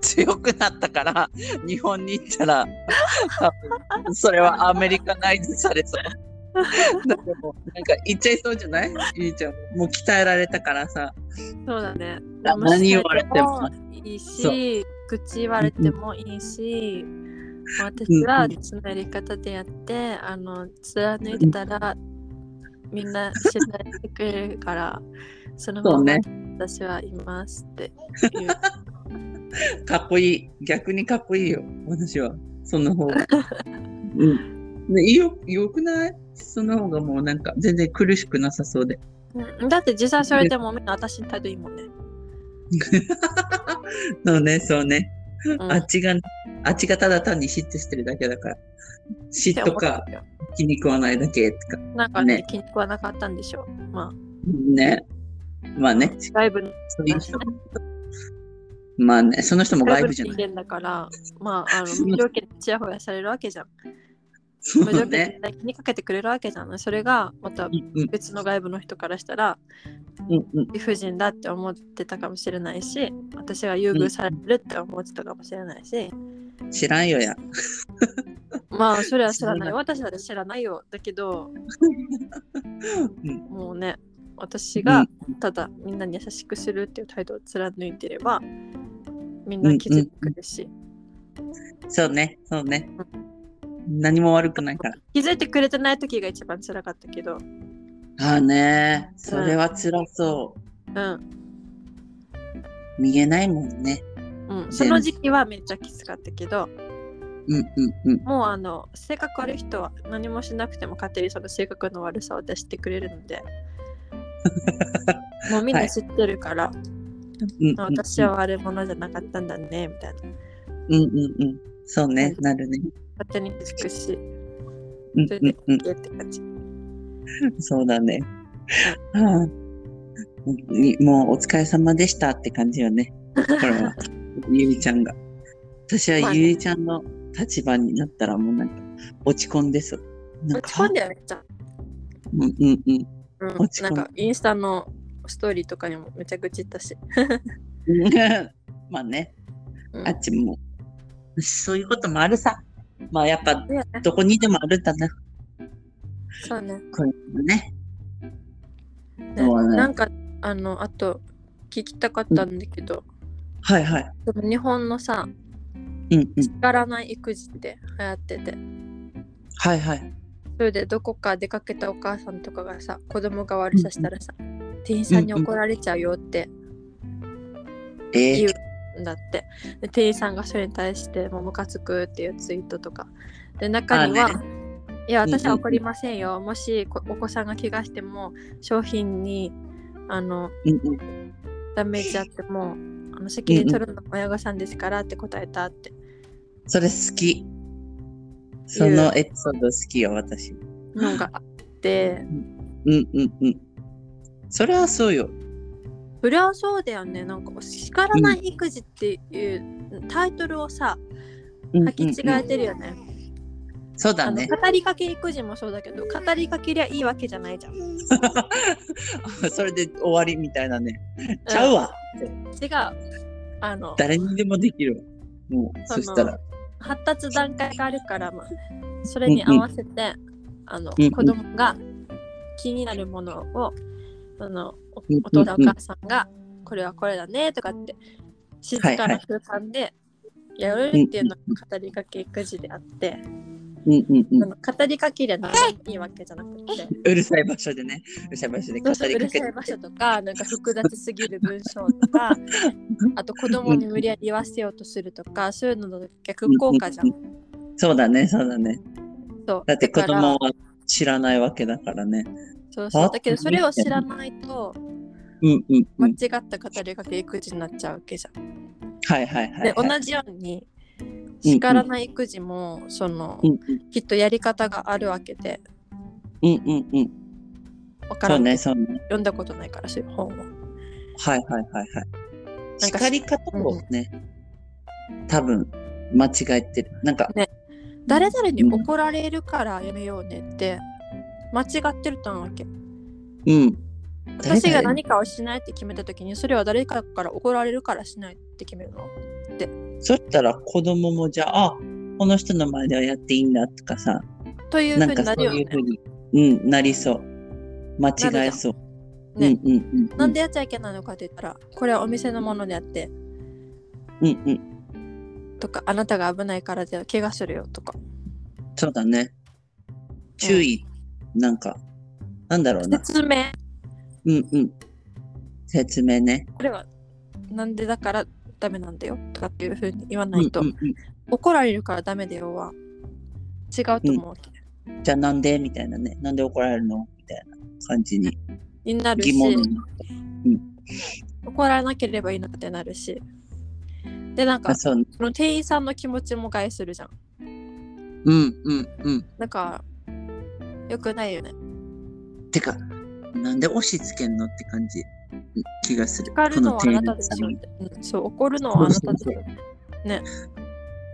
Speaker 2: 強くなったから、日本に行ったら、多分それはアメリカナイズされそう。なんかもう、なんか言っちゃいそうじゃないゆりちゃん。もう鍛えられたからさ。
Speaker 1: そうだね。
Speaker 2: あ
Speaker 1: 無視
Speaker 2: 何言われても
Speaker 1: さいいし、口言われてもいいし、私はそのやり方でやって、あの、貫いてたら、みんな信頼してくれるから、その
Speaker 2: そ
Speaker 1: まま
Speaker 2: うね
Speaker 1: 私はいますっていう。
Speaker 2: かっこいい。逆にかっこいいよ。私は。その方が。うん。ね、よ、よくないその方がもうなんか全然苦しくなさそうで。
Speaker 1: うんだって実際それでもみんな私に態度いいもんね。
Speaker 2: そうね、そうね。
Speaker 1: うん
Speaker 2: あっちが、あっちがただ単に嫉妬してるだけだから。嫉妬か、気に食わないだけとか。
Speaker 1: なんかね
Speaker 2: ね
Speaker 1: 気に食わなかったんでしょう。ま
Speaker 2: ね。まあね。
Speaker 1: あ、外部の
Speaker 2: そういう人。まあね、その人も外部じゃ
Speaker 1: 人
Speaker 2: ない。
Speaker 1: 間だから、まあ、あの無条件でちやほやされるわけじゃん。
Speaker 2: そ
Speaker 1: 無条
Speaker 2: う
Speaker 1: 件
Speaker 2: ね。
Speaker 1: で気にかけてくれるわけじゃん。それがまた
Speaker 2: うん
Speaker 1: 別の外部の人からしたら
Speaker 2: うんうん
Speaker 1: 理不尽だって思ってたかもしれないし、私が優遇されるって思ってたかもしれないし、
Speaker 2: うん。知らんよや。
Speaker 1: まあ、それは知らない。
Speaker 2: 知らない
Speaker 1: 私は知らないよ。だけど、
Speaker 2: うん
Speaker 1: もうね、私が
Speaker 2: うん
Speaker 1: ただみんなに優しくするっていう態度を貫いてれば、みんな気づくし、
Speaker 2: そうね、そうね。何も悪くないから。
Speaker 1: 気づいてくれてない時が一番辛かったけど、
Speaker 2: ああね、それは辛そ
Speaker 1: うん、
Speaker 2: う。逃げないもんね。
Speaker 1: うん、その時期はめっちゃきつかったけど、
Speaker 2: うんうんうん。
Speaker 1: もうあの性格悪い人は何もしなくても勝手にその性格の悪さを出してくれるの で、もうみんな知ってるから、
Speaker 2: うんうんうん、
Speaker 1: 私は悪者じゃなかったんだねみたいな、
Speaker 2: うんうんうん。そうね、なるね。
Speaker 1: 勝手に気づくし、
Speaker 2: うん
Speaker 1: それで
Speaker 2: うんうん。
Speaker 1: えって感じ。
Speaker 2: そうだね。はあうんもうお疲れ様でしたって感じよね。これは。ゆりちゃんが。私は
Speaker 1: まあね
Speaker 2: ゆりちゃんの立場になったらもうなんか落ち込んです。なん
Speaker 1: 落
Speaker 2: か
Speaker 1: ち込んだよめっちゃ、
Speaker 2: うんうんうん。
Speaker 1: うん
Speaker 2: 落ち込
Speaker 1: なんん
Speaker 2: だ
Speaker 1: かインスタのストーリーとかにもめちゃ愚痴ったし、
Speaker 2: まあね、
Speaker 1: うん
Speaker 2: あっちも。そういうこともあるさ。まあやっぱ、
Speaker 1: ね
Speaker 2: どこにでもあるんだな、
Speaker 1: そうね。
Speaker 2: こういうのね。
Speaker 1: ね
Speaker 2: そうね
Speaker 1: なんかあのあと聞きたかったんだけど、
Speaker 2: はいはい。
Speaker 1: その日本のさ
Speaker 2: うんうん。
Speaker 1: 力ない育児って流行ってて
Speaker 2: はいはい。
Speaker 1: それでどこか出かけたお母さんとかがさ子供が悪さしたらさ、店員さんに怒られちゃうよって
Speaker 2: え
Speaker 1: 言
Speaker 2: ー、
Speaker 1: うんだって、で店員さんがそれに対してもうムカつくっていうツイートとかで中には、
Speaker 2: あ
Speaker 1: いや
Speaker 2: うんうんうん
Speaker 1: 私は怒りませんよもしこお子さんが怪我しても商品にあの
Speaker 2: うんうん。
Speaker 1: ダメージあってもあの責任取るのは親御さんですからって答えたって、
Speaker 2: それ好き。そのエピソード好きよ、私。
Speaker 1: のがあって
Speaker 2: うんうんうん。それはそうよ。
Speaker 1: それはそうだよねなんか「叱らない育児」っていうタイトルをさ
Speaker 2: うんうんうん
Speaker 1: 履き違えてるよね、
Speaker 2: そう
Speaker 1: あ
Speaker 2: だ
Speaker 1: の
Speaker 2: ね。
Speaker 1: 語りかけ育児もそうだけど語りかけりゃいいわけじゃないじゃん、違う
Speaker 2: それで終わりみたいなね。ちゃうわ。
Speaker 1: あの
Speaker 2: 誰にでもできるわ。もう、
Speaker 1: そ
Speaker 2: そ
Speaker 1: の
Speaker 2: したら。
Speaker 1: 発達段階があるから、まあ、それに合わせて、あの
Speaker 2: うんうん
Speaker 1: 子供が気になるものをそのお
Speaker 2: うんうん
Speaker 1: お父さんお母さんがこれはこれだねとかって静かな空間でやるっていうのが語りかけ育児であって、
Speaker 2: うんうんうん
Speaker 1: あ。の語りかけりゃ何でもいいわけじゃなくて。
Speaker 2: うるさい場所でね。うるさい場所で語
Speaker 1: ど
Speaker 2: り
Speaker 1: うし
Speaker 2: か
Speaker 1: てう
Speaker 2: け
Speaker 1: る
Speaker 2: て
Speaker 1: さい。場所とか、なんか複雑すぎる文章と か、あと子供に無理やり言わせようとするとか、そういうのの逆効果じゃん。
Speaker 2: そうだね、そうだね。
Speaker 1: そう
Speaker 2: だって子
Speaker 1: から
Speaker 2: 供は知らないわけだからね。
Speaker 1: そうそう
Speaker 2: あ
Speaker 1: だけどそれを知らないと
Speaker 2: うんうんう
Speaker 1: 間違
Speaker 2: ん。
Speaker 1: った語りかけ育児になっちゃうわけじゃん。
Speaker 2: はいはいはい、
Speaker 1: で
Speaker 2: はい。
Speaker 1: 同じように叱らない育児もその
Speaker 2: うん
Speaker 1: きっとやり方があるわけで
Speaker 2: うんうんうんうん。
Speaker 1: わか
Speaker 2: そ
Speaker 1: ら
Speaker 2: う
Speaker 1: ない、
Speaker 2: ね、そうね。
Speaker 1: 読んだことないからそういう本を。
Speaker 2: はいはいはいはい。
Speaker 1: なんか
Speaker 2: 叱り方をね、多分間違えてる。なんか、
Speaker 1: 誰々に怒られるからやめようねって間違ってると思うわけ。
Speaker 2: うん。誰々
Speaker 1: 私が何かをしないって決めた時にそれは誰かから怒られるからしないって決めるの。
Speaker 2: そしたら子供もじゃあ、あこの人の前ではやっていいんだとかさ、
Speaker 1: というふ
Speaker 2: な
Speaker 1: うんに
Speaker 2: かそ
Speaker 1: な
Speaker 2: う
Speaker 1: るよ
Speaker 2: い
Speaker 1: ね
Speaker 2: う。ふうに、うん、なりそう。間違えそう。
Speaker 1: なる
Speaker 2: うんうんうん。
Speaker 1: なんでやっちゃいけないのかって言ったらこれはお店のものであって
Speaker 2: うんうん。
Speaker 1: とかあなたが危ないからで怪我するよとか
Speaker 2: そうだね。注意、なんか、なんだろうな。
Speaker 1: 説明
Speaker 2: うんうん。説明ね。
Speaker 1: これはなんでだからダメなんだよとかっていうふうに言わないと、
Speaker 2: うんうん
Speaker 1: 怒られるからダメだよは違うと思うわけ、
Speaker 2: うん、じゃあなんでみたいなね。なんで怒られるのみたいな感じに
Speaker 1: になる
Speaker 2: 疑
Speaker 1: し
Speaker 2: 問になる。
Speaker 1: 怒らなければいいのかってなるしでなんか
Speaker 2: あ、
Speaker 1: そ
Speaker 2: そうね。
Speaker 1: の店員さんの気持ちも害するじゃん
Speaker 2: うんうんうん。
Speaker 1: だからよくないよね
Speaker 2: てか、なんで押し付けんのって感じ気がする。
Speaker 1: 怒るのはあなたでし
Speaker 2: こ
Speaker 1: ょ
Speaker 2: の
Speaker 1: って、うんそう怒るのはあなたでし
Speaker 2: そ
Speaker 1: ょ
Speaker 2: う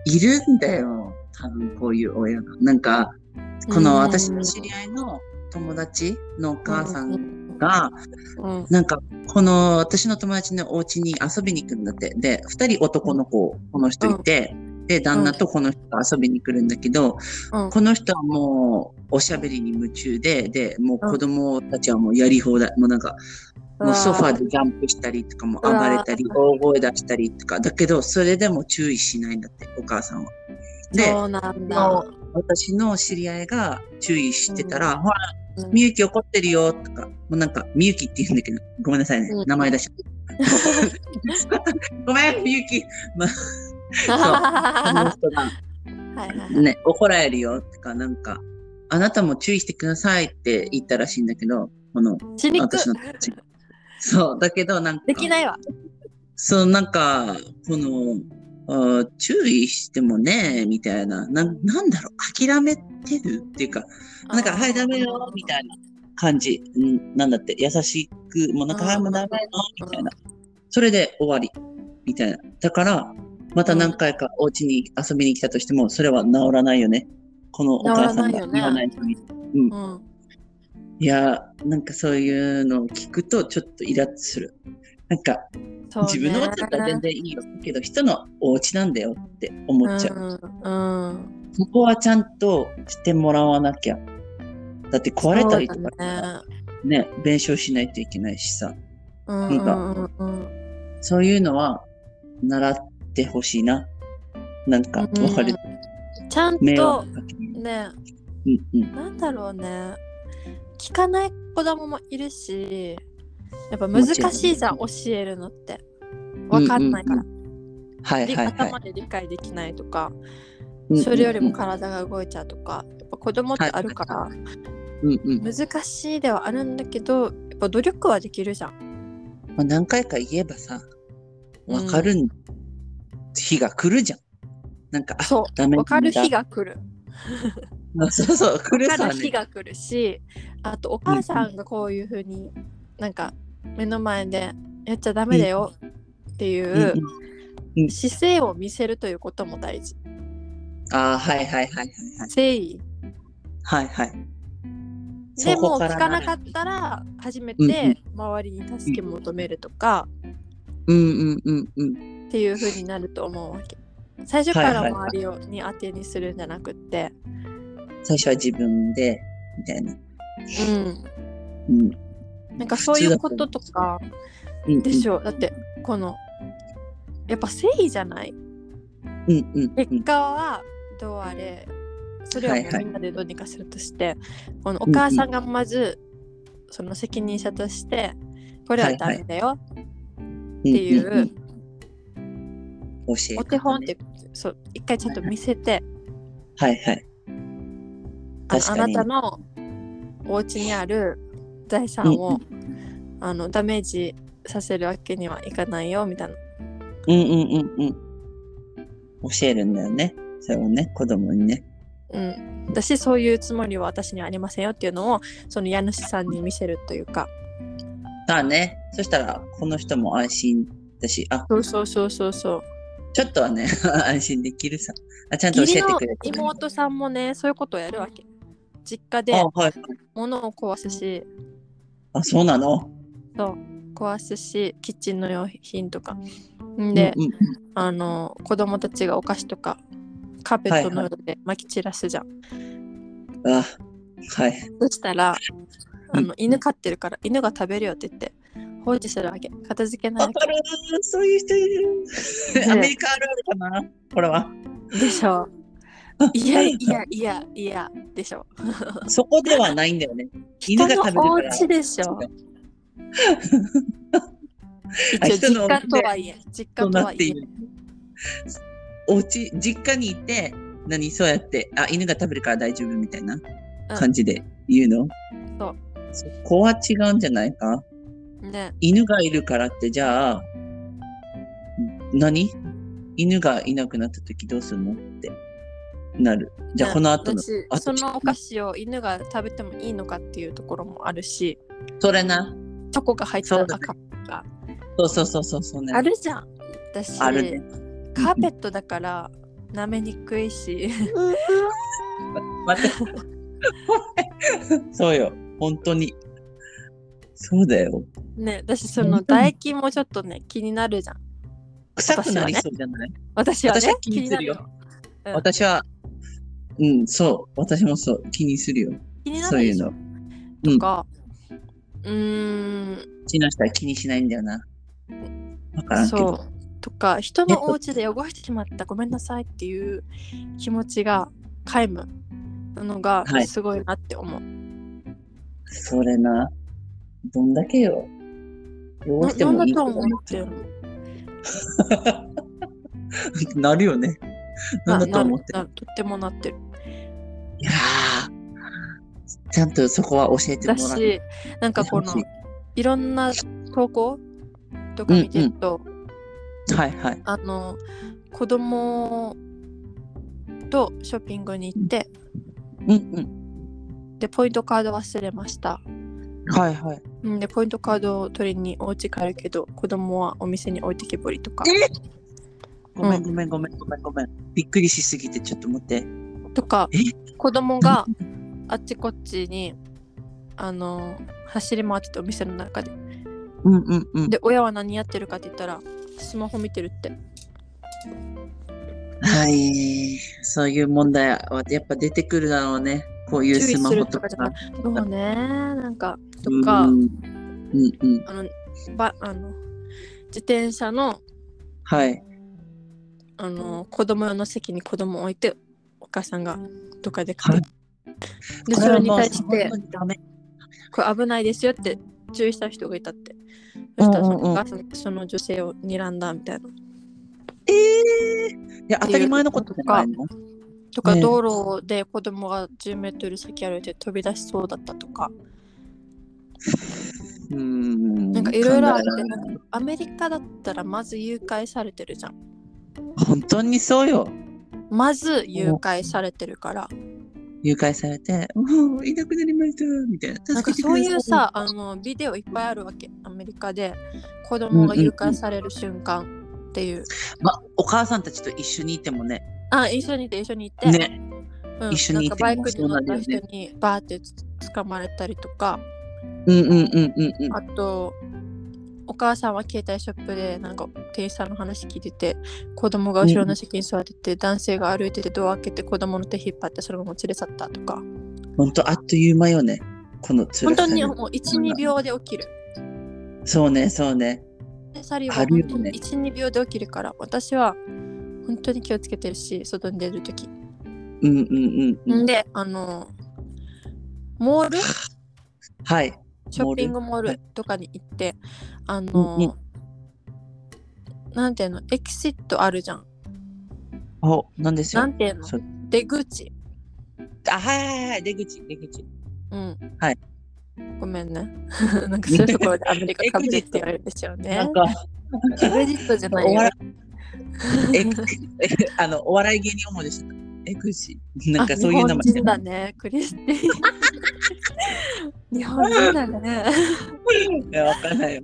Speaker 2: いるんだよ。多分こういう親が。なんか、この私の知り合いの友達のお母さん
Speaker 1: ん
Speaker 2: が、
Speaker 1: うん
Speaker 2: なんか、この私の友達のお家に遊びに行くんだって。で、二人男の子、この人いて、で、旦那とこの人が遊びに来るんだけど、
Speaker 1: うん
Speaker 2: この人はもう、おしゃべりに夢中で、で、もう子供たちはもうやり放題、もうなんか、もうソファーでジャンプしたりとかも
Speaker 1: うわー
Speaker 2: 暴れたり大声出したりとかだけどそれでも注意しないんだってお母さんは。で
Speaker 1: そうなんだ
Speaker 2: も。私の知り合いが注意してたら「ほら
Speaker 1: うん
Speaker 2: みゆき怒ってるよ」とかもうなんか「みゆき」って言うんだけどごめんなさいね
Speaker 1: うん
Speaker 2: 名前出しちゃったごめんみゆき
Speaker 1: は
Speaker 2: この人が
Speaker 1: いはいはい
Speaker 2: ね怒られるよとかなんか「あなたも注意してください」って言ったらしいんだけどこの
Speaker 1: 血肉
Speaker 2: 私の友達が。そうだけどなんか
Speaker 1: できないわ。
Speaker 2: そう、なんか、この、あー注意してもね、みたいな、なんなんだろう、諦めてるっていうか、なんか、はい、ダメよ、みたいな感じ、うん、なんだって、優しく、もうなんか、
Speaker 1: あー
Speaker 2: はい、もうダメよ、みたいな。それで終わり、みたいな。だから、また何回かお家に遊びに来たとしても、それは治らないよね。このお母さん
Speaker 1: 治
Speaker 2: が
Speaker 1: らない
Speaker 2: 言
Speaker 1: よ
Speaker 2: わな
Speaker 1: ね
Speaker 2: いとい
Speaker 1: うん。
Speaker 2: やー、なんかそういうのを聞くと、ちょっとイラッとする。なんか、
Speaker 1: そうね
Speaker 2: 自分のお家だったら全然いいよ。けど、人のお家なんだよって思っちゃう。
Speaker 1: うんうん
Speaker 2: そこはちゃんとしてもらわなきゃ。だって壊れたりと
Speaker 1: そう
Speaker 2: か
Speaker 1: だね
Speaker 2: ね、弁償しないといけないしさ。
Speaker 1: うん
Speaker 2: なんか
Speaker 1: うんうん
Speaker 2: そういうのは習ってほしいな。なんか、わ
Speaker 1: うん
Speaker 2: かる。
Speaker 1: ちゃん
Speaker 2: 迷
Speaker 1: と
Speaker 2: 惑かける。
Speaker 1: ね
Speaker 2: うんうん。
Speaker 1: なんだろうね聞かない子供もいるしやっぱ難しいじゃん教えるのって分かんないから、
Speaker 2: はい
Speaker 1: り
Speaker 2: はいはい
Speaker 1: 頭。で理解できないとか
Speaker 2: うんうんうん
Speaker 1: それよりも体が動いちゃうとかやっぱ子供ってあるから
Speaker 2: うんうん。ま
Speaker 1: 難しいではあるんだけどやっぱ努力はできるじゃん。
Speaker 2: あ何回か言えばさ、
Speaker 1: うん
Speaker 2: わかるん日が来るじゃん。なんか、あ
Speaker 1: そう
Speaker 2: ダメ
Speaker 1: 分かる日
Speaker 2: が。
Speaker 1: が来る。
Speaker 2: そうそう、来る
Speaker 1: 分か
Speaker 2: さ
Speaker 1: る日
Speaker 2: ね。
Speaker 1: が来るしあとお母さんがこういうふうになんか目の前でやっちゃダメだよってい
Speaker 2: うん
Speaker 1: う
Speaker 2: うん
Speaker 1: 姿勢を見せるということも大事。
Speaker 2: ああ、はいはいはいはい
Speaker 1: 誠意
Speaker 2: はい。はいはい。
Speaker 1: で
Speaker 2: そ
Speaker 1: も
Speaker 2: こ
Speaker 1: う
Speaker 2: か
Speaker 1: 聞
Speaker 2: ら
Speaker 1: か
Speaker 2: な
Speaker 1: な
Speaker 2: ら
Speaker 1: かったら初め
Speaker 2: うんう
Speaker 1: て
Speaker 2: ん
Speaker 1: 周りに助け求めるとか
Speaker 2: うんうんうんうん。
Speaker 1: っていうふうになると思うわけ。最初から
Speaker 2: はいはいはい
Speaker 1: 周りをに当てにするんじゃなくって、
Speaker 2: 最初は自分で、みたいな。
Speaker 1: うん、
Speaker 2: うん。
Speaker 1: なんかそういうこととか
Speaker 2: うんうん
Speaker 1: でしょう、だってこのやっぱ誠意じゃない
Speaker 2: うんうんう
Speaker 1: 結
Speaker 2: ん。
Speaker 1: 果はどうあれそれは
Speaker 2: は
Speaker 1: も
Speaker 2: いうはい
Speaker 1: みんなでどうにかするとして、このお母さんがまずその責任者としてこれはダメだよ、
Speaker 2: って
Speaker 1: いうん
Speaker 2: んん教え方ね
Speaker 1: お手本ってそう一回ちゃんと見せて、
Speaker 2: はいはい。
Speaker 1: あの
Speaker 2: 確
Speaker 1: あ
Speaker 2: か
Speaker 1: な
Speaker 2: に
Speaker 1: たのお家にある財産を、あのダメージさせるわけにはいかないよみたいな。
Speaker 2: うんうんうんうん。教えるんだよね。それをね、子供にね。
Speaker 1: うん、私そういうつもりは私にはありませんよっていうのをその家主さんに見せるというか
Speaker 2: だね。そしたら、この人も安心だし、あ、
Speaker 1: そうそうそうそうそう
Speaker 2: ちょっとはね、 安心できるさ。あ、ちゃんと
Speaker 1: 義
Speaker 2: 教え
Speaker 1: 理
Speaker 2: て
Speaker 1: の
Speaker 2: くれてる。
Speaker 1: 妹さんもねそういうことをやるわけ実家で
Speaker 2: あ、はい。
Speaker 1: 物を壊すし
Speaker 2: あ、そうなの
Speaker 1: 壊すしキッチンの用品とかんで、
Speaker 2: うんうん
Speaker 1: あの子供たちがお菓子とかカーペットの上で撒き散らすじゃん、
Speaker 2: あ、はい。
Speaker 1: そしたらあ
Speaker 2: う
Speaker 1: の犬飼ってるから犬が食べるよって言って放置するわけ片付けない
Speaker 2: わ
Speaker 1: わ
Speaker 2: かるそういう人いる。
Speaker 1: ね
Speaker 2: アメリカあるあるかなこれは。
Speaker 1: けでし ょいやいやいやいやでしょ
Speaker 2: そこではないんだよね。
Speaker 1: 人
Speaker 2: 犬が食べる
Speaker 1: のお
Speaker 2: から
Speaker 1: 家でしょ。
Speaker 2: あ
Speaker 1: 一
Speaker 2: 人の
Speaker 1: 応実
Speaker 2: お家
Speaker 1: 家とはいえ、実
Speaker 2: そ
Speaker 1: 家
Speaker 2: う
Speaker 1: と
Speaker 2: な
Speaker 1: は
Speaker 2: っ
Speaker 1: い
Speaker 2: て
Speaker 1: え
Speaker 2: い。る。お家実家にいて、何そうやって、あ、犬が食べるから大丈夫みたいな感じで言うの、
Speaker 1: そう
Speaker 2: そこは違うんじゃないか
Speaker 1: ね、
Speaker 2: 犬がいるからって、じゃあ、何犬がいなくなった時どうするのってなる。じゃあ、
Speaker 1: ね
Speaker 2: この後の。
Speaker 1: 私
Speaker 2: 後
Speaker 1: そのお菓子を犬が食べてもいいのかっていうところもあるし、
Speaker 2: それな。
Speaker 1: チョコが入った
Speaker 2: そ
Speaker 1: の
Speaker 2: うだね
Speaker 1: かとか、
Speaker 2: そうそうそうそうそうね。
Speaker 1: あるじゃん。私、
Speaker 2: あるね
Speaker 1: カーペットだから舐めにくいし、
Speaker 2: 待って。そうよ。本当に。そうだよ。
Speaker 1: ね、私その唾液もちょっとね、気になるじゃん。
Speaker 2: 臭くなりそうじゃない
Speaker 1: 私はね、
Speaker 2: 私は気にするよ
Speaker 1: 気になるよ。うん
Speaker 2: 私は、うん、そう。私もそう。気にするよ。
Speaker 1: 気にな
Speaker 2: そう
Speaker 1: る
Speaker 2: い
Speaker 1: で
Speaker 2: う
Speaker 1: しょ
Speaker 2: の。うん
Speaker 1: と。か、うーん、
Speaker 2: うちの人は気にしないんだよな。わからんけ
Speaker 1: そ
Speaker 2: ど。
Speaker 1: うとか人のお家で汚してしまったごめんなさいっていう気持ちが皆無なのが
Speaker 2: はい
Speaker 1: すごいなって思う、
Speaker 2: それな。どんだけよ。汚して
Speaker 1: な
Speaker 2: もいい
Speaker 1: なんだと思ってるの
Speaker 2: と なるよね。なんだと思ってる。
Speaker 1: ななとってもなってる
Speaker 2: いやーちゃんとそこは教えて
Speaker 1: だ
Speaker 2: もらう。
Speaker 1: しなんかこの
Speaker 2: 優し
Speaker 1: いろんな投稿とか見てると、
Speaker 2: はいはい。
Speaker 1: あの子供とショッピングに行って
Speaker 2: うん
Speaker 1: でポイントカード忘れました
Speaker 2: うん。はいはい。
Speaker 1: うんでポイントカードを取りにお家帰るけど子供はお店に置いてけぼりとか
Speaker 2: ごめんごめんごめんごめんごめん。びっくりしすぎてちょっと待って。
Speaker 1: とか
Speaker 2: え
Speaker 1: 子供があっちこっちにあの走り回っててお店の中で
Speaker 2: うんうんうん。
Speaker 1: で親は何やってるかって言ったらスマホ見てるって
Speaker 2: はい。そういう問題はやっぱ出てくるだろうね。こういうスマホ
Speaker 1: 注意すると
Speaker 2: とか。
Speaker 1: かじゃなそうねなんかとか、
Speaker 2: うんうんうん。
Speaker 1: あのばあの自転車の
Speaker 2: はい。
Speaker 1: あの子供用の席に子供を置いてお母さんがどっかで買う、でそれに対し
Speaker 2: これ
Speaker 1: て
Speaker 2: はもう本当にダメ
Speaker 1: これ危ないですよって注意した人がいたって
Speaker 2: う
Speaker 1: そ
Speaker 2: んう
Speaker 1: した
Speaker 2: んうん
Speaker 1: らそのお母さんがその女性を睨んだみたいな
Speaker 2: ええいや、当たり前のことじゃないの
Speaker 1: とか、
Speaker 2: ねえ
Speaker 1: 道路で子供が1 0メートル先歩いて飛び出しそうだったとか
Speaker 2: うん。
Speaker 1: なんかいろいろあっ
Speaker 2: 考えら
Speaker 1: て
Speaker 2: れ
Speaker 1: な
Speaker 2: ない
Speaker 1: んかアメリカだったらまず誘拐されてるじゃん
Speaker 2: 本当にそうよ。
Speaker 1: まず誘拐されてるから
Speaker 2: 誘拐されて、もういなくなりました、みたいな。
Speaker 1: なんか
Speaker 2: 助け てく
Speaker 1: そう
Speaker 2: ださ
Speaker 1: いう、さあのビデオいっぱいあるわけアメリカで子供が誘拐される瞬間っていう、
Speaker 2: まあ、お母さんたちと一緒にいてもね。
Speaker 1: あ一緒にいて一緒にいて、
Speaker 2: ね。
Speaker 1: うん、
Speaker 2: 一緒にいても
Speaker 1: なんかバイクに乗った
Speaker 2: そうなる
Speaker 1: 人
Speaker 2: よ
Speaker 1: にバーって捕まれたりとか
Speaker 2: うんうんうんうんうん。
Speaker 1: あとお母さんは携帯ショップでなんか店員さんの話聞いてて子供が後ろの席に座ってて、男性が歩いててドア開けて子供の手引っ張ってそのまま連れ去ったとか
Speaker 2: 本当あっという間よね。この辛
Speaker 1: 本当
Speaker 2: さね
Speaker 1: にもう12秒で起きる
Speaker 2: そうね、そうね。
Speaker 1: サリーは
Speaker 2: 軽い
Speaker 1: 本
Speaker 2: よね
Speaker 1: 当に12、秒で起きるから私は本当に気をつけてるし外に出るとき、
Speaker 2: うんうんうんうん。
Speaker 1: であのモール
Speaker 2: はい。
Speaker 1: ショッピングモールとかに行ってあの、
Speaker 2: うんうん
Speaker 1: なんていうのエキシットあるじゃん
Speaker 2: お、なんです
Speaker 1: な
Speaker 2: よ
Speaker 1: ん。ていうの
Speaker 2: そう
Speaker 1: 出口
Speaker 2: あ、はいはいはい。出口、出口。
Speaker 1: うん
Speaker 2: はい
Speaker 1: ごめん ねなんかそういうところでアメリカかぶりって言われるんですよ
Speaker 2: な
Speaker 1: ね
Speaker 2: んか、
Speaker 1: エグジットじゃない
Speaker 2: お
Speaker 1: よ
Speaker 2: 笑い、え、 あの、お笑い芸人思い出した。エクシなんかそういう
Speaker 1: あ日
Speaker 2: 名前
Speaker 1: 本人だねクリスティ日本人だ ね
Speaker 2: いや、わかんないよ。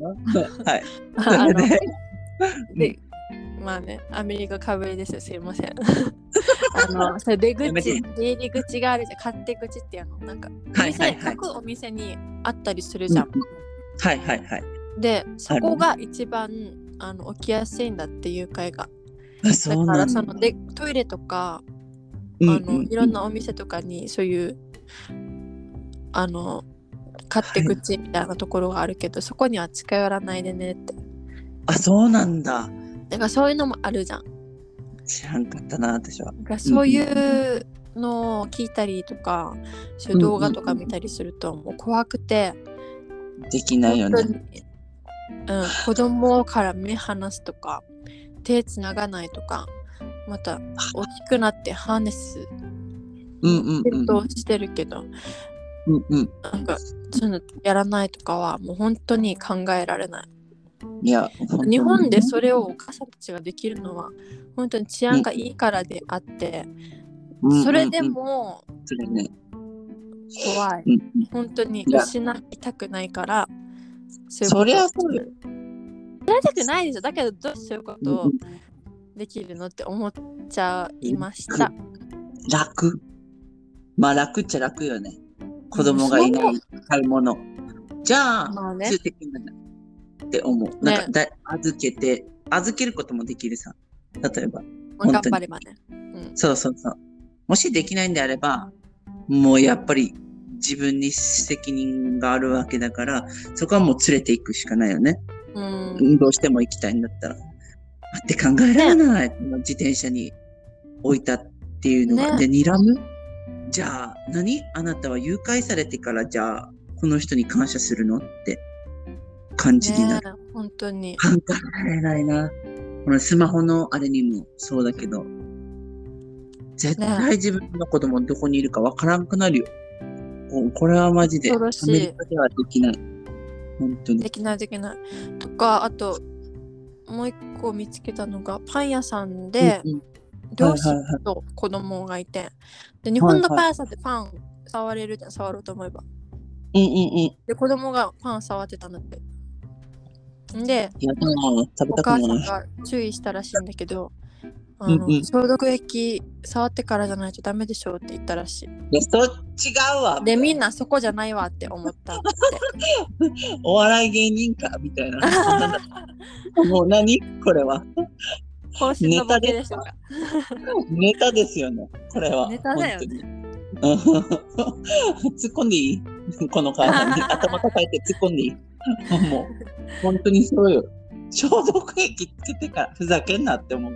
Speaker 2: はい。
Speaker 1: あの
Speaker 2: ね
Speaker 1: で、まあね、アメリカかぶりですよ、すいま せん。あの、それ出
Speaker 2: やめ
Speaker 1: 口
Speaker 2: て、
Speaker 1: 出入り口があるじゃん、勝手口っていうの、なんか、お
Speaker 2: はい
Speaker 1: 店、
Speaker 2: はいはい。
Speaker 1: 各お店にあったりするじゃん。
Speaker 2: はいはいはい。
Speaker 1: で、そこが一番あの起きやすいんだっていう会が。
Speaker 2: あ、そ
Speaker 1: だ
Speaker 2: う
Speaker 1: か
Speaker 2: な
Speaker 1: ら、
Speaker 2: ん
Speaker 1: そ
Speaker 2: だ。
Speaker 1: のでトイレとか、
Speaker 2: う
Speaker 1: あ
Speaker 2: ん
Speaker 1: の
Speaker 2: うん
Speaker 1: いろんなお店とかに、そういう、あの、勝手口みたいなところがあるけど、そこには近寄らないでねって。
Speaker 2: あ、そうなんだ。
Speaker 1: だから、そういうのもあるじゃん。
Speaker 2: 知らんかったな、私は。
Speaker 1: なんかそういうのを聞いたりとか、そういう動画とか見たりするともう怖くて、
Speaker 2: できないよ
Speaker 1: 本当
Speaker 2: ね。
Speaker 1: に、うん、子供から目離すとか手つながないとかまた大きくなってハーネス
Speaker 2: うんうんうん。
Speaker 1: としてるけど、
Speaker 2: うんうん。
Speaker 1: なんかそういうのやらないとかはもう本当に考えられない。
Speaker 2: いや、本当に
Speaker 1: 日本でそれをお母さんたちができるのは本当に治安がいいからであって、
Speaker 2: うんうんうん
Speaker 1: それでも
Speaker 2: それね。
Speaker 1: 怖い。
Speaker 2: うんうん
Speaker 1: 本当に
Speaker 2: いや
Speaker 1: 失いたくないからそ
Speaker 2: そりゃそうう
Speaker 1: いうこと失いたくないでしょだけどどうしてそういうこ
Speaker 2: うん
Speaker 1: と
Speaker 2: う
Speaker 1: を
Speaker 2: ん
Speaker 1: できるのって思っちゃいました
Speaker 2: 楽。まあ楽っちゃ楽よね。子供がいない買い物。じゃあ、
Speaker 1: まあね
Speaker 2: ついてくんだって思う。なんかだ、預けて、預けることもできるさ。例えば。
Speaker 1: 頑
Speaker 2: 本当に
Speaker 1: 張ればね、うん、
Speaker 2: そうそうそう。もしできないんであれば、もうやっぱり自分に責任があるわけだから、そこはもう連れていくしかないよね。
Speaker 1: うん、
Speaker 2: 運動しても行きたいんだったら。待って考えられない。自転車に置いたっていうのが。
Speaker 1: ね
Speaker 2: で、睨むじゃあ、何あなたは誘拐されてから、じゃあ、この人に感謝するのって感じにな
Speaker 1: ね
Speaker 2: る。
Speaker 1: え本当に
Speaker 2: 考えられないな。このスマホのあれにもそうだけど、絶
Speaker 1: ね
Speaker 2: 対自分の子供どこにいるかわからんくなるよ。ここれはマジで、ア
Speaker 1: 恐
Speaker 2: メ
Speaker 1: ろしい
Speaker 2: リカではできない。本当に
Speaker 1: で。きないできないとかあともう一個見つけたのがパン屋さんで
Speaker 2: うんうん
Speaker 1: 両親
Speaker 2: はいはいは
Speaker 1: と子供がいてで日本のパン屋さんってパン触れるじゃん触ろうと思えば
Speaker 2: うんうんうん。
Speaker 1: で子供がパン触ってたんだってで
Speaker 2: やだな食べ
Speaker 1: お
Speaker 2: たく
Speaker 1: 母
Speaker 2: も
Speaker 1: さん
Speaker 2: ない。
Speaker 1: が注意したらしいんだけどあの
Speaker 2: うんうん
Speaker 1: 消毒液触ってからじゃないとダメでしょうって言ったらしい。
Speaker 2: いやそれ違うわ。
Speaker 1: で、みんなそこじゃないわって思ったって。
Speaker 2: お笑い芸人かみたいな。 もう何これは。
Speaker 1: 更新のボケでしょうか。
Speaker 2: ネタですよね。これは。
Speaker 1: ネタだよね
Speaker 2: 本当に。うん突っ込んでいいこの母さ んに頭抱えて突っ込んでいいもう、本当にそうよ。消毒液つけてからふざけんなって思う。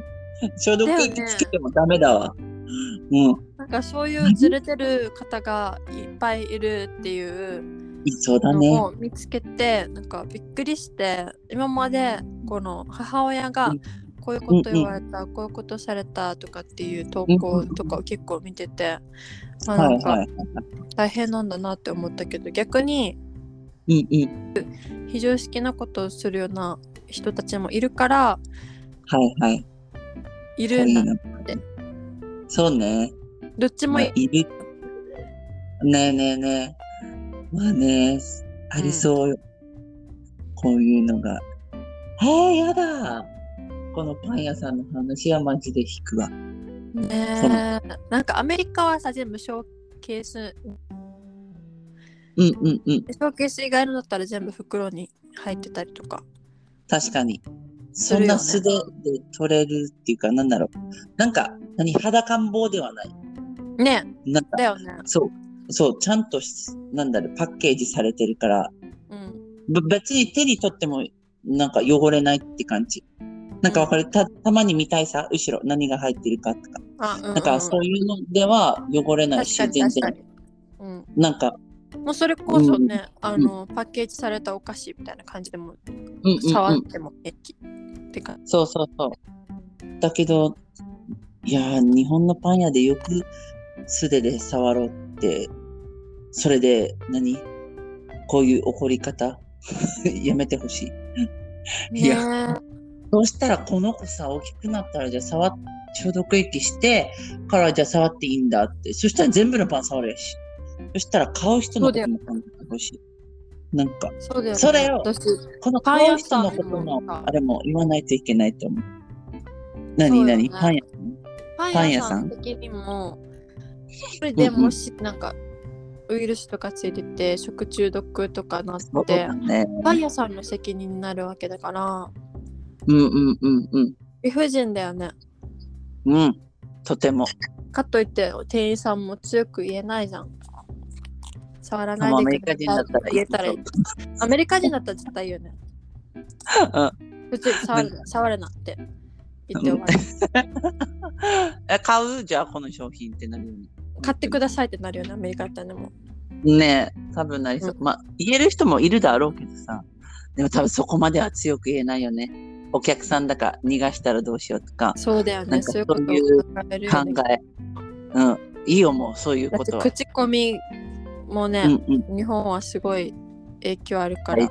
Speaker 2: 消毒液つけてもダメだわ。うん。
Speaker 1: なんかそういうずれてる方がいっぱいいるっていう
Speaker 2: いそうだね
Speaker 1: の。を見つけて、なんかびっくりして、今までこの母親が
Speaker 2: うん
Speaker 1: こういうこと言われた、こういうことされたとかっていう投稿とかを結構見てて、まあ
Speaker 2: は
Speaker 1: ないんか
Speaker 2: はい。
Speaker 1: 大変なんだなって思ったけど、逆に
Speaker 2: うんうん。
Speaker 1: 非常識なことをするような人たちもいるから
Speaker 2: はいはい。
Speaker 1: い
Speaker 2: そ
Speaker 1: る
Speaker 2: うん
Speaker 1: だ
Speaker 2: なの
Speaker 1: って
Speaker 2: そうね。
Speaker 1: どっちも
Speaker 2: まあ
Speaker 1: い
Speaker 2: いる。ねえねえねえ。まあね、ありそうよ。こういうのが。えー、やだこのパン屋さんの話はマジで引くわ。
Speaker 1: い
Speaker 2: そう
Speaker 1: ねなんかアメリカはさ全部ショーケース
Speaker 2: うんうんうん。
Speaker 1: ショーケース以外のだったら全部袋に入ってたりとか
Speaker 2: 確かに。
Speaker 1: す
Speaker 2: そ
Speaker 1: る
Speaker 2: ん
Speaker 1: よね
Speaker 2: な素手で取れるっていうか、なんだろう。なんか、何、裸ん坊ではない。
Speaker 1: ね
Speaker 2: なんか、
Speaker 1: だよね
Speaker 2: そう、そう、ちゃんとし、なんだろう、パッケージされてるから、
Speaker 1: うん
Speaker 2: ぶ別に手に取ってもなんか汚れないって感じ。なんかわかるたたまに見たいさ、後ろ何が入ってるかとか。
Speaker 1: あうんうん
Speaker 2: だからそういうのでは汚れないし、
Speaker 1: 確か
Speaker 2: 全
Speaker 1: に確か
Speaker 2: 然。
Speaker 1: にうん、
Speaker 2: なんか、
Speaker 1: もうそれこそね、あのパッケージされたお菓子みたいな感じでも
Speaker 2: うんうん
Speaker 1: 触
Speaker 2: う
Speaker 1: っ
Speaker 2: ん。
Speaker 1: ても平気、ってか
Speaker 2: そうそうそう。だけど、いやー、日本のパン屋でよく素手で触ろうって、それで何こういう怒り方 やめてほしい。いや
Speaker 1: ね
Speaker 2: そうしたらこの子さ、大きくなったらじゃあ触っ消毒液してからじゃあ触っていいんだって。そしたら全部のパン触れるし。そしたら買う人のことも考えてほしい。なんか、
Speaker 1: そうだよね
Speaker 2: それを
Speaker 1: 私
Speaker 2: この
Speaker 1: パン
Speaker 2: 買う
Speaker 1: 屋さ
Speaker 2: 人
Speaker 1: ん
Speaker 2: のことの
Speaker 1: でもさ
Speaker 2: あれも言わないといけないと思う。
Speaker 1: そう
Speaker 2: 何
Speaker 1: よね
Speaker 2: 何、パン屋
Speaker 1: パン屋さん的にも一人でもしなんかウイルスとかついてて食中毒とかな
Speaker 2: そう
Speaker 1: って
Speaker 2: だね。
Speaker 1: パン屋さんの責任になるわけだから
Speaker 2: うんうんうんうん。
Speaker 1: 理不尽だよね
Speaker 2: うん。とても。
Speaker 1: かといって店員さんも強く言えないじゃん触ら
Speaker 2: でも
Speaker 1: な
Speaker 2: ア
Speaker 1: い
Speaker 2: メ
Speaker 1: で
Speaker 2: リ
Speaker 1: くだ
Speaker 2: カ人だ
Speaker 1: さい
Speaker 2: っ
Speaker 1: った
Speaker 2: ら
Speaker 1: て言えたらいいアメリカ人だったら絶対言うね
Speaker 2: うん
Speaker 1: 普通に触るな触るなって言って終わり
Speaker 2: え買うじゃあこの商品ってなるよね。
Speaker 1: 買ってくださいってなるよねアメリカだったらでも
Speaker 2: ねえ、多分なりそう。まあ、言える人もいるだろうけどさ。でも多分そこまでは強く言えないよね。お客さんだから逃がしたらどうしようとか、
Speaker 1: そうだよ
Speaker 2: な
Speaker 1: ね
Speaker 2: んか
Speaker 1: そういうことを
Speaker 2: そういう
Speaker 1: 考える
Speaker 2: 考
Speaker 1: よね
Speaker 2: え。うん。いいよ、もう、そういう
Speaker 1: だ
Speaker 2: こ
Speaker 1: って
Speaker 2: とは。
Speaker 1: 口コミもね、
Speaker 2: うんうん。い
Speaker 1: 日本はすごい影響あるから、
Speaker 2: はい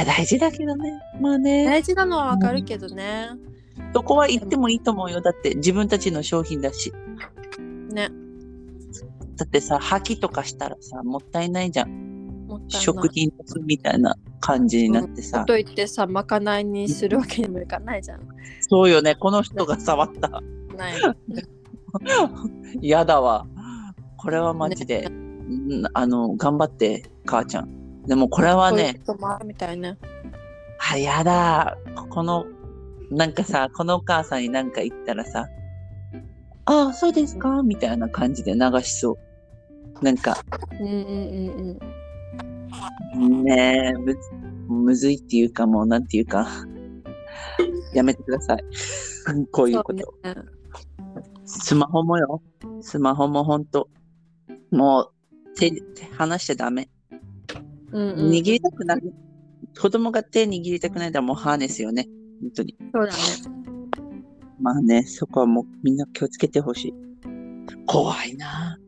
Speaker 2: や、大事だけどね。まあね、
Speaker 1: 大事なのはわかるけどね、
Speaker 2: そこは言ってもいいと思うよ。だって自分たちの商品だし。
Speaker 1: ね
Speaker 2: だってさ、破棄とかしたらさ、もったいないじゃん。
Speaker 1: もったいない
Speaker 2: 食品ロスみたいな感じになってさ。
Speaker 1: といってさまかないにするわけにもいかないじゃん
Speaker 2: そうよね、この人が触った。
Speaker 1: ない
Speaker 2: やだわ。これはマジで、うんあの、頑張って、母ちゃん。でもこれは
Speaker 1: こういう
Speaker 2: ね、
Speaker 1: こともあるみたいね
Speaker 2: あ、やだ。ここの、なんかさ、このお母さんになんか言ったらさ、ああ、そうですかみたいな感じで流しそう。なんか、
Speaker 1: うんうんうんうん
Speaker 2: ねえ、むむずいっていうか、もうなんていうか、 やめてください。 こういうこと。
Speaker 1: そうね
Speaker 2: スマホもよ。スマホもほんと。もう、手、手離しちゃダメ。
Speaker 1: うんうん、
Speaker 2: 握りたくなる。子供が手握りたくないならもう歯ですよね。本当に。
Speaker 1: そうだね
Speaker 2: まあね、そこはもうみんな気をつけてほしい。怖いなあ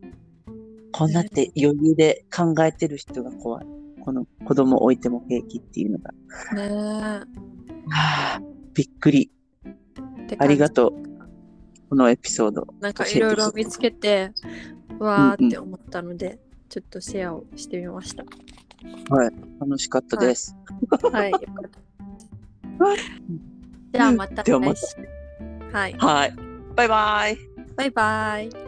Speaker 2: こんなって余裕で考えてる人が怖い。この子供置いても平気っていうのが。
Speaker 1: ね
Speaker 2: はあ、びっくり。
Speaker 1: えって感じ
Speaker 2: ありがとう。このエピソード。
Speaker 1: なんかいろいろ見つけてわーって思ったので、ちょっとシェアをしてみました
Speaker 2: 楽しかったです。
Speaker 1: はいよかったじゃあまた
Speaker 2: ではま
Speaker 1: 来
Speaker 2: た
Speaker 1: 週はい。
Speaker 2: はい。バイバイ。
Speaker 1: バイバイ。